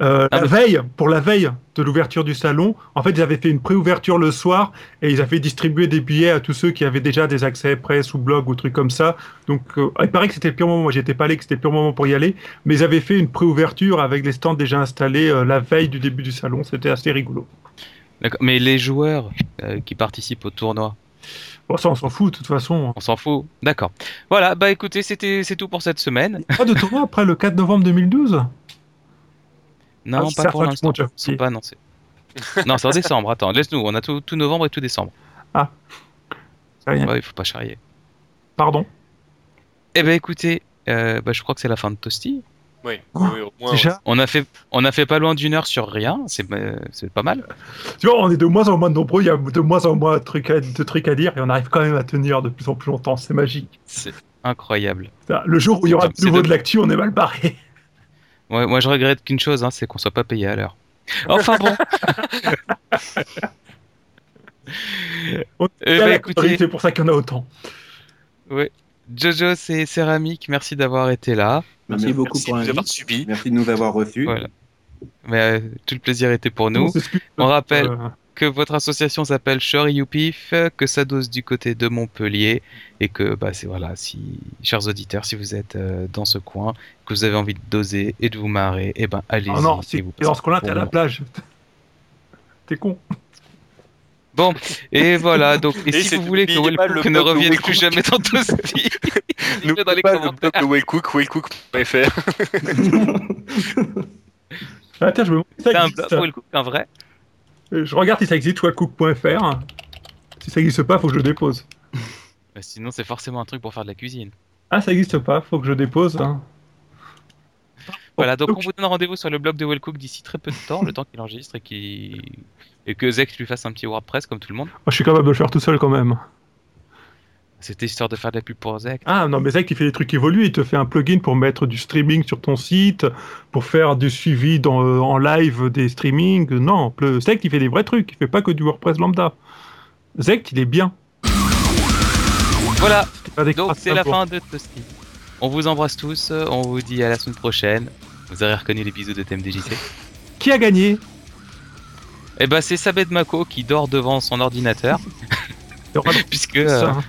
Speaker 2: euh,
Speaker 1: Ah,
Speaker 2: la
Speaker 1: mais-
Speaker 2: veille, pour la veille de l'ouverture du salon, en fait, ils avaient fait une pré-ouverture le soir et ils avaient distribué des billets à tous ceux qui avaient déjà des accès presse ou blog ou trucs comme ça. Donc, euh, il paraît que c'était le pire moment. Moi, j'y étais pas allé, que c'était le pire moment pour y aller. Mais ils avaient fait une pré-ouverture avec les stands déjà installés euh, la veille du début du salon. C'était assez rigolo.
Speaker 1: D'accord. Mais les joueurs euh, qui participent au tournoi,
Speaker 2: Bon, ça, on s'en fout, de toute façon.
Speaker 1: (laughs) on s'en fout. D'accord. Voilà, bah écoutez, c'était c'est tout pour cette semaine.
Speaker 2: Pas de tournoi après le 4 novembre 2012
Speaker 1: Non,
Speaker 2: Ah,
Speaker 1: pas
Speaker 2: ça,
Speaker 1: pour
Speaker 2: ça, tu
Speaker 1: l'instant.
Speaker 2: montes, tu as
Speaker 1: Ils sont
Speaker 2: oublié.
Speaker 1: pas
Speaker 2: (laughs)
Speaker 1: annoncés. non, c'est en décembre. Attends, laisse-nous. On a tout, tout novembre et tout décembre.
Speaker 2: Ah. Ça y est.
Speaker 1: Ouais, il faut pas charrier.
Speaker 2: Pardon.
Speaker 1: Eh ben écoutez, euh, bah, je crois que c'est la fin de Toasty.
Speaker 3: Oui, oui, au moins.
Speaker 2: Déjà,
Speaker 1: On a fait, on a fait pas loin d'une heure sur rien. C'est euh, c'est pas mal.
Speaker 2: Tu vois, on est de moins en moins nombreux, il y a de moins en moins de trucs, à, de trucs à dire et on arrive quand même à tenir de plus en plus longtemps, c'est magique.
Speaker 1: C'est incroyable.
Speaker 2: Putain, Le jour où il y aura de
Speaker 1: C'est
Speaker 2: nouveau
Speaker 1: de- Eh
Speaker 2: de l'actu, on est mal barré.
Speaker 1: Ouais, moi, je regrette qu'une chose, hein, c'est qu'on soit pas payé à l'heure. Enfin
Speaker 2: (laughs)
Speaker 1: bon.
Speaker 2: On
Speaker 1: Eh ben, écoutez,
Speaker 2: c'est pour ça qu'il y en a autant.
Speaker 1: Jojo, c'est Céramique, merci d'avoir été là.
Speaker 5: Merci beaucoup
Speaker 3: Merci
Speaker 5: pour
Speaker 3: de nous
Speaker 5: l'invite.
Speaker 3: avoir suivis.
Speaker 5: Merci de nous avoir reçus.
Speaker 1: Voilà. Mais euh, tout le plaisir était pour nous.
Speaker 2: On s'excuse.
Speaker 1: On rappelle
Speaker 2: Euh,
Speaker 1: que votre association s'appelle Shoryupif, que ça dose du côté de Montpellier et que bah c'est voilà, si chers auditeurs, si vous êtes euh, dans ce coin, que vous avez envie de doser et de vous marrer, et ben allez-y.
Speaker 2: oh non,
Speaker 1: et
Speaker 2: c'est
Speaker 1: vous passez
Speaker 2: dans ce coin-là,
Speaker 1: un bon
Speaker 2: t'es à la
Speaker 1: moment.
Speaker 2: plage. (laughs) T'es con.
Speaker 1: Bon, et voilà, donc et
Speaker 3: (laughs) Et
Speaker 1: si
Speaker 3: c'est-
Speaker 1: vous voulez que
Speaker 3: n'oubliez
Speaker 1: Will
Speaker 3: pas le
Speaker 1: Cook ne
Speaker 3: blog de
Speaker 1: revienne
Speaker 3: Will
Speaker 1: plus
Speaker 3: Cook.
Speaker 1: jamais dans
Speaker 2: (laughs)
Speaker 1: Toasty,
Speaker 3: N'oubliez
Speaker 1: (laughs) dans les
Speaker 3: pas le
Speaker 1: commentaires.
Speaker 3: blog de Wellcook, wellcook.fr.
Speaker 2: Ah, tiens, je me demande si ça
Speaker 1: C'est un
Speaker 2: existe.
Speaker 1: blog Will Cook, un vrai.
Speaker 2: Euh, Je regarde si ça existe, wellcook.fr. Si ça existe pas, faut que je dépose.
Speaker 1: Bah, Sinon, c'est forcément un truc pour faire de la cuisine.
Speaker 2: Ah, ça existe pas, faut que je dépose. hein.
Speaker 1: Voilà, donc
Speaker 2: Donc-
Speaker 1: on vous donne rendez-vous sur le blog de Wellcook d'ici très peu de temps, le temps qu'il enregistre et, qu'il- et que Zex lui fasse un petit WordPress comme tout le monde.
Speaker 2: Moi, je suis capable de le faire tout seul quand même.
Speaker 1: C'était histoire de faire de la pub pour Zex.
Speaker 2: Ah non, mais Zach, il fait des trucs évolués. Il te fait un plugin pour mettre du streaming sur ton site, pour faire du suivi dans, euh, en live des streamings. Non, le Zach, il fait des vrais trucs. Il fait pas que du WordPress lambda. Zach, il est bien.
Speaker 1: Voilà,
Speaker 2: Il fait pas des
Speaker 1: donc
Speaker 2: crasses
Speaker 1: c'est la
Speaker 2: un jour.
Speaker 1: fin de Toasty. On vous embrasse tous, on vous dit à la semaine prochaine. Vous aurez reconnu les bisous de TMDJC.
Speaker 2: Qui a gagné
Speaker 1: Et bah c'est Sabed Mako qui dort devant son ordinateur, (laughs)
Speaker 2: Il y aura-
Speaker 1: puisque
Speaker 2: Ça,
Speaker 1: euh,
Speaker 2: hein.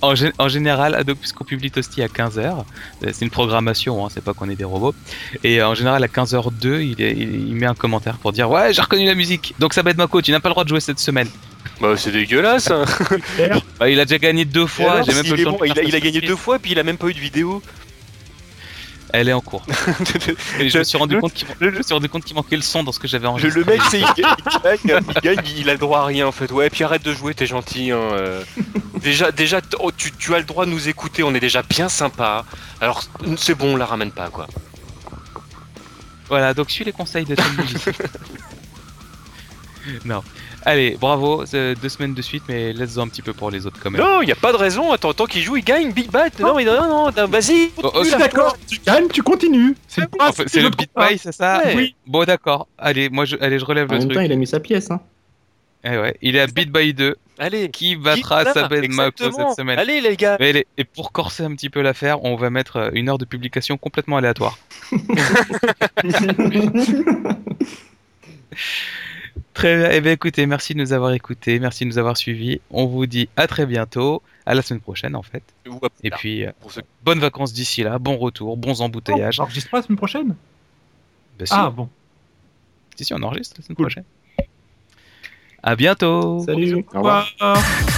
Speaker 1: en, gé- en général, à Doc- puisqu'on publie Toasty à 15h, c'est une programmation, hein, c'est pas qu'on est des robots. Et euh, en général, à 15h02, il, est- il- il met un commentaire pour dire Ouais, j'ai reconnu la musique, donc ça bête Mako, tu n'as pas le droit de jouer cette semaine.
Speaker 3: (laughs) Bah, c'est dégueulasse. hein.
Speaker 1: Bah, il a déjà gagné deux
Speaker 3: Et
Speaker 1: fois,
Speaker 3: alors,
Speaker 1: j'ai même
Speaker 3: s'il
Speaker 1: pas le
Speaker 3: est
Speaker 1: temps
Speaker 3: bon,
Speaker 1: de
Speaker 3: il, a,
Speaker 1: faire
Speaker 3: il a
Speaker 1: ça.
Speaker 3: gagné deux fois, puis il a même pas eu de (laughs) vidéo.
Speaker 1: Elle est en cours. Et je me suis rendu compte qu'il man- je me suis rendu compte qu'il manquait le son dans ce que j'avais
Speaker 3: Le,
Speaker 1: enregistré.
Speaker 3: le mec, c'est, il, gagne, il gagne, il gagne, il a le droit à rien en fait. Ouais, puis arrête de jouer, t'es gentil. hein, euh. Déjà, déjà t- oh, tu, tu as le droit de nous écouter, on est déjà bien sympa. Alors, c'est bon, on la ramène pas quoi.
Speaker 1: Voilà, donc suis les conseils de Tom Logiciel. (laughs) Non. Allez, bravo, c'est deux semaines de suite, mais laisse-en un petit peu pour les autres quand même.
Speaker 3: Non, il y a pas de raison. Attends, tant qu'il joue, il gagne. Big Bat. Non, mais non, non, non, vas-y.
Speaker 1: Oh, oh,
Speaker 3: continue,
Speaker 1: c'est
Speaker 3: la
Speaker 2: D'accord, tu gagnes, tu continues. C'est le
Speaker 1: Ah, c'est le pit pie, c'est ça
Speaker 3: Ouais.
Speaker 1: Oui. Bon, d'accord. Allez, moi, je, allez, je relève
Speaker 4: En
Speaker 1: le
Speaker 4: même
Speaker 1: truc.
Speaker 4: temps, il a mis sa pièce. Hein.
Speaker 1: Eh ouais, il est à Beat by 2.
Speaker 3: Allez.
Speaker 1: Qui battra
Speaker 3: Voilà,
Speaker 1: Sabed Mako
Speaker 3: exactement.
Speaker 1: cette semaine
Speaker 3: Allez les gars.
Speaker 1: Mais allez, Et pour corser un petit peu l'affaire, on va mettre euh, une heure de publication complètement aléatoire.
Speaker 4: hein.
Speaker 1: (laughs) Très bien. Eh bien, écoutez, merci de nous avoir écoutés, merci de nous avoir suivis. On vous dit à très bientôt, à la semaine prochaine en fait.
Speaker 3: Ou à plus
Speaker 1: Et
Speaker 3: tard,
Speaker 1: puis, euh,
Speaker 3: pour ceux-
Speaker 1: bonnes vacances d'ici là, bon retour, bons embouteillages.
Speaker 2: J'enregistre pas la semaine prochaine
Speaker 1: Bah, si,
Speaker 2: Ah bon.
Speaker 1: si, si, on enregistre la semaine
Speaker 2: Cool.
Speaker 1: prochaine. À bientôt.
Speaker 4: Salut.
Speaker 2: Au revoir.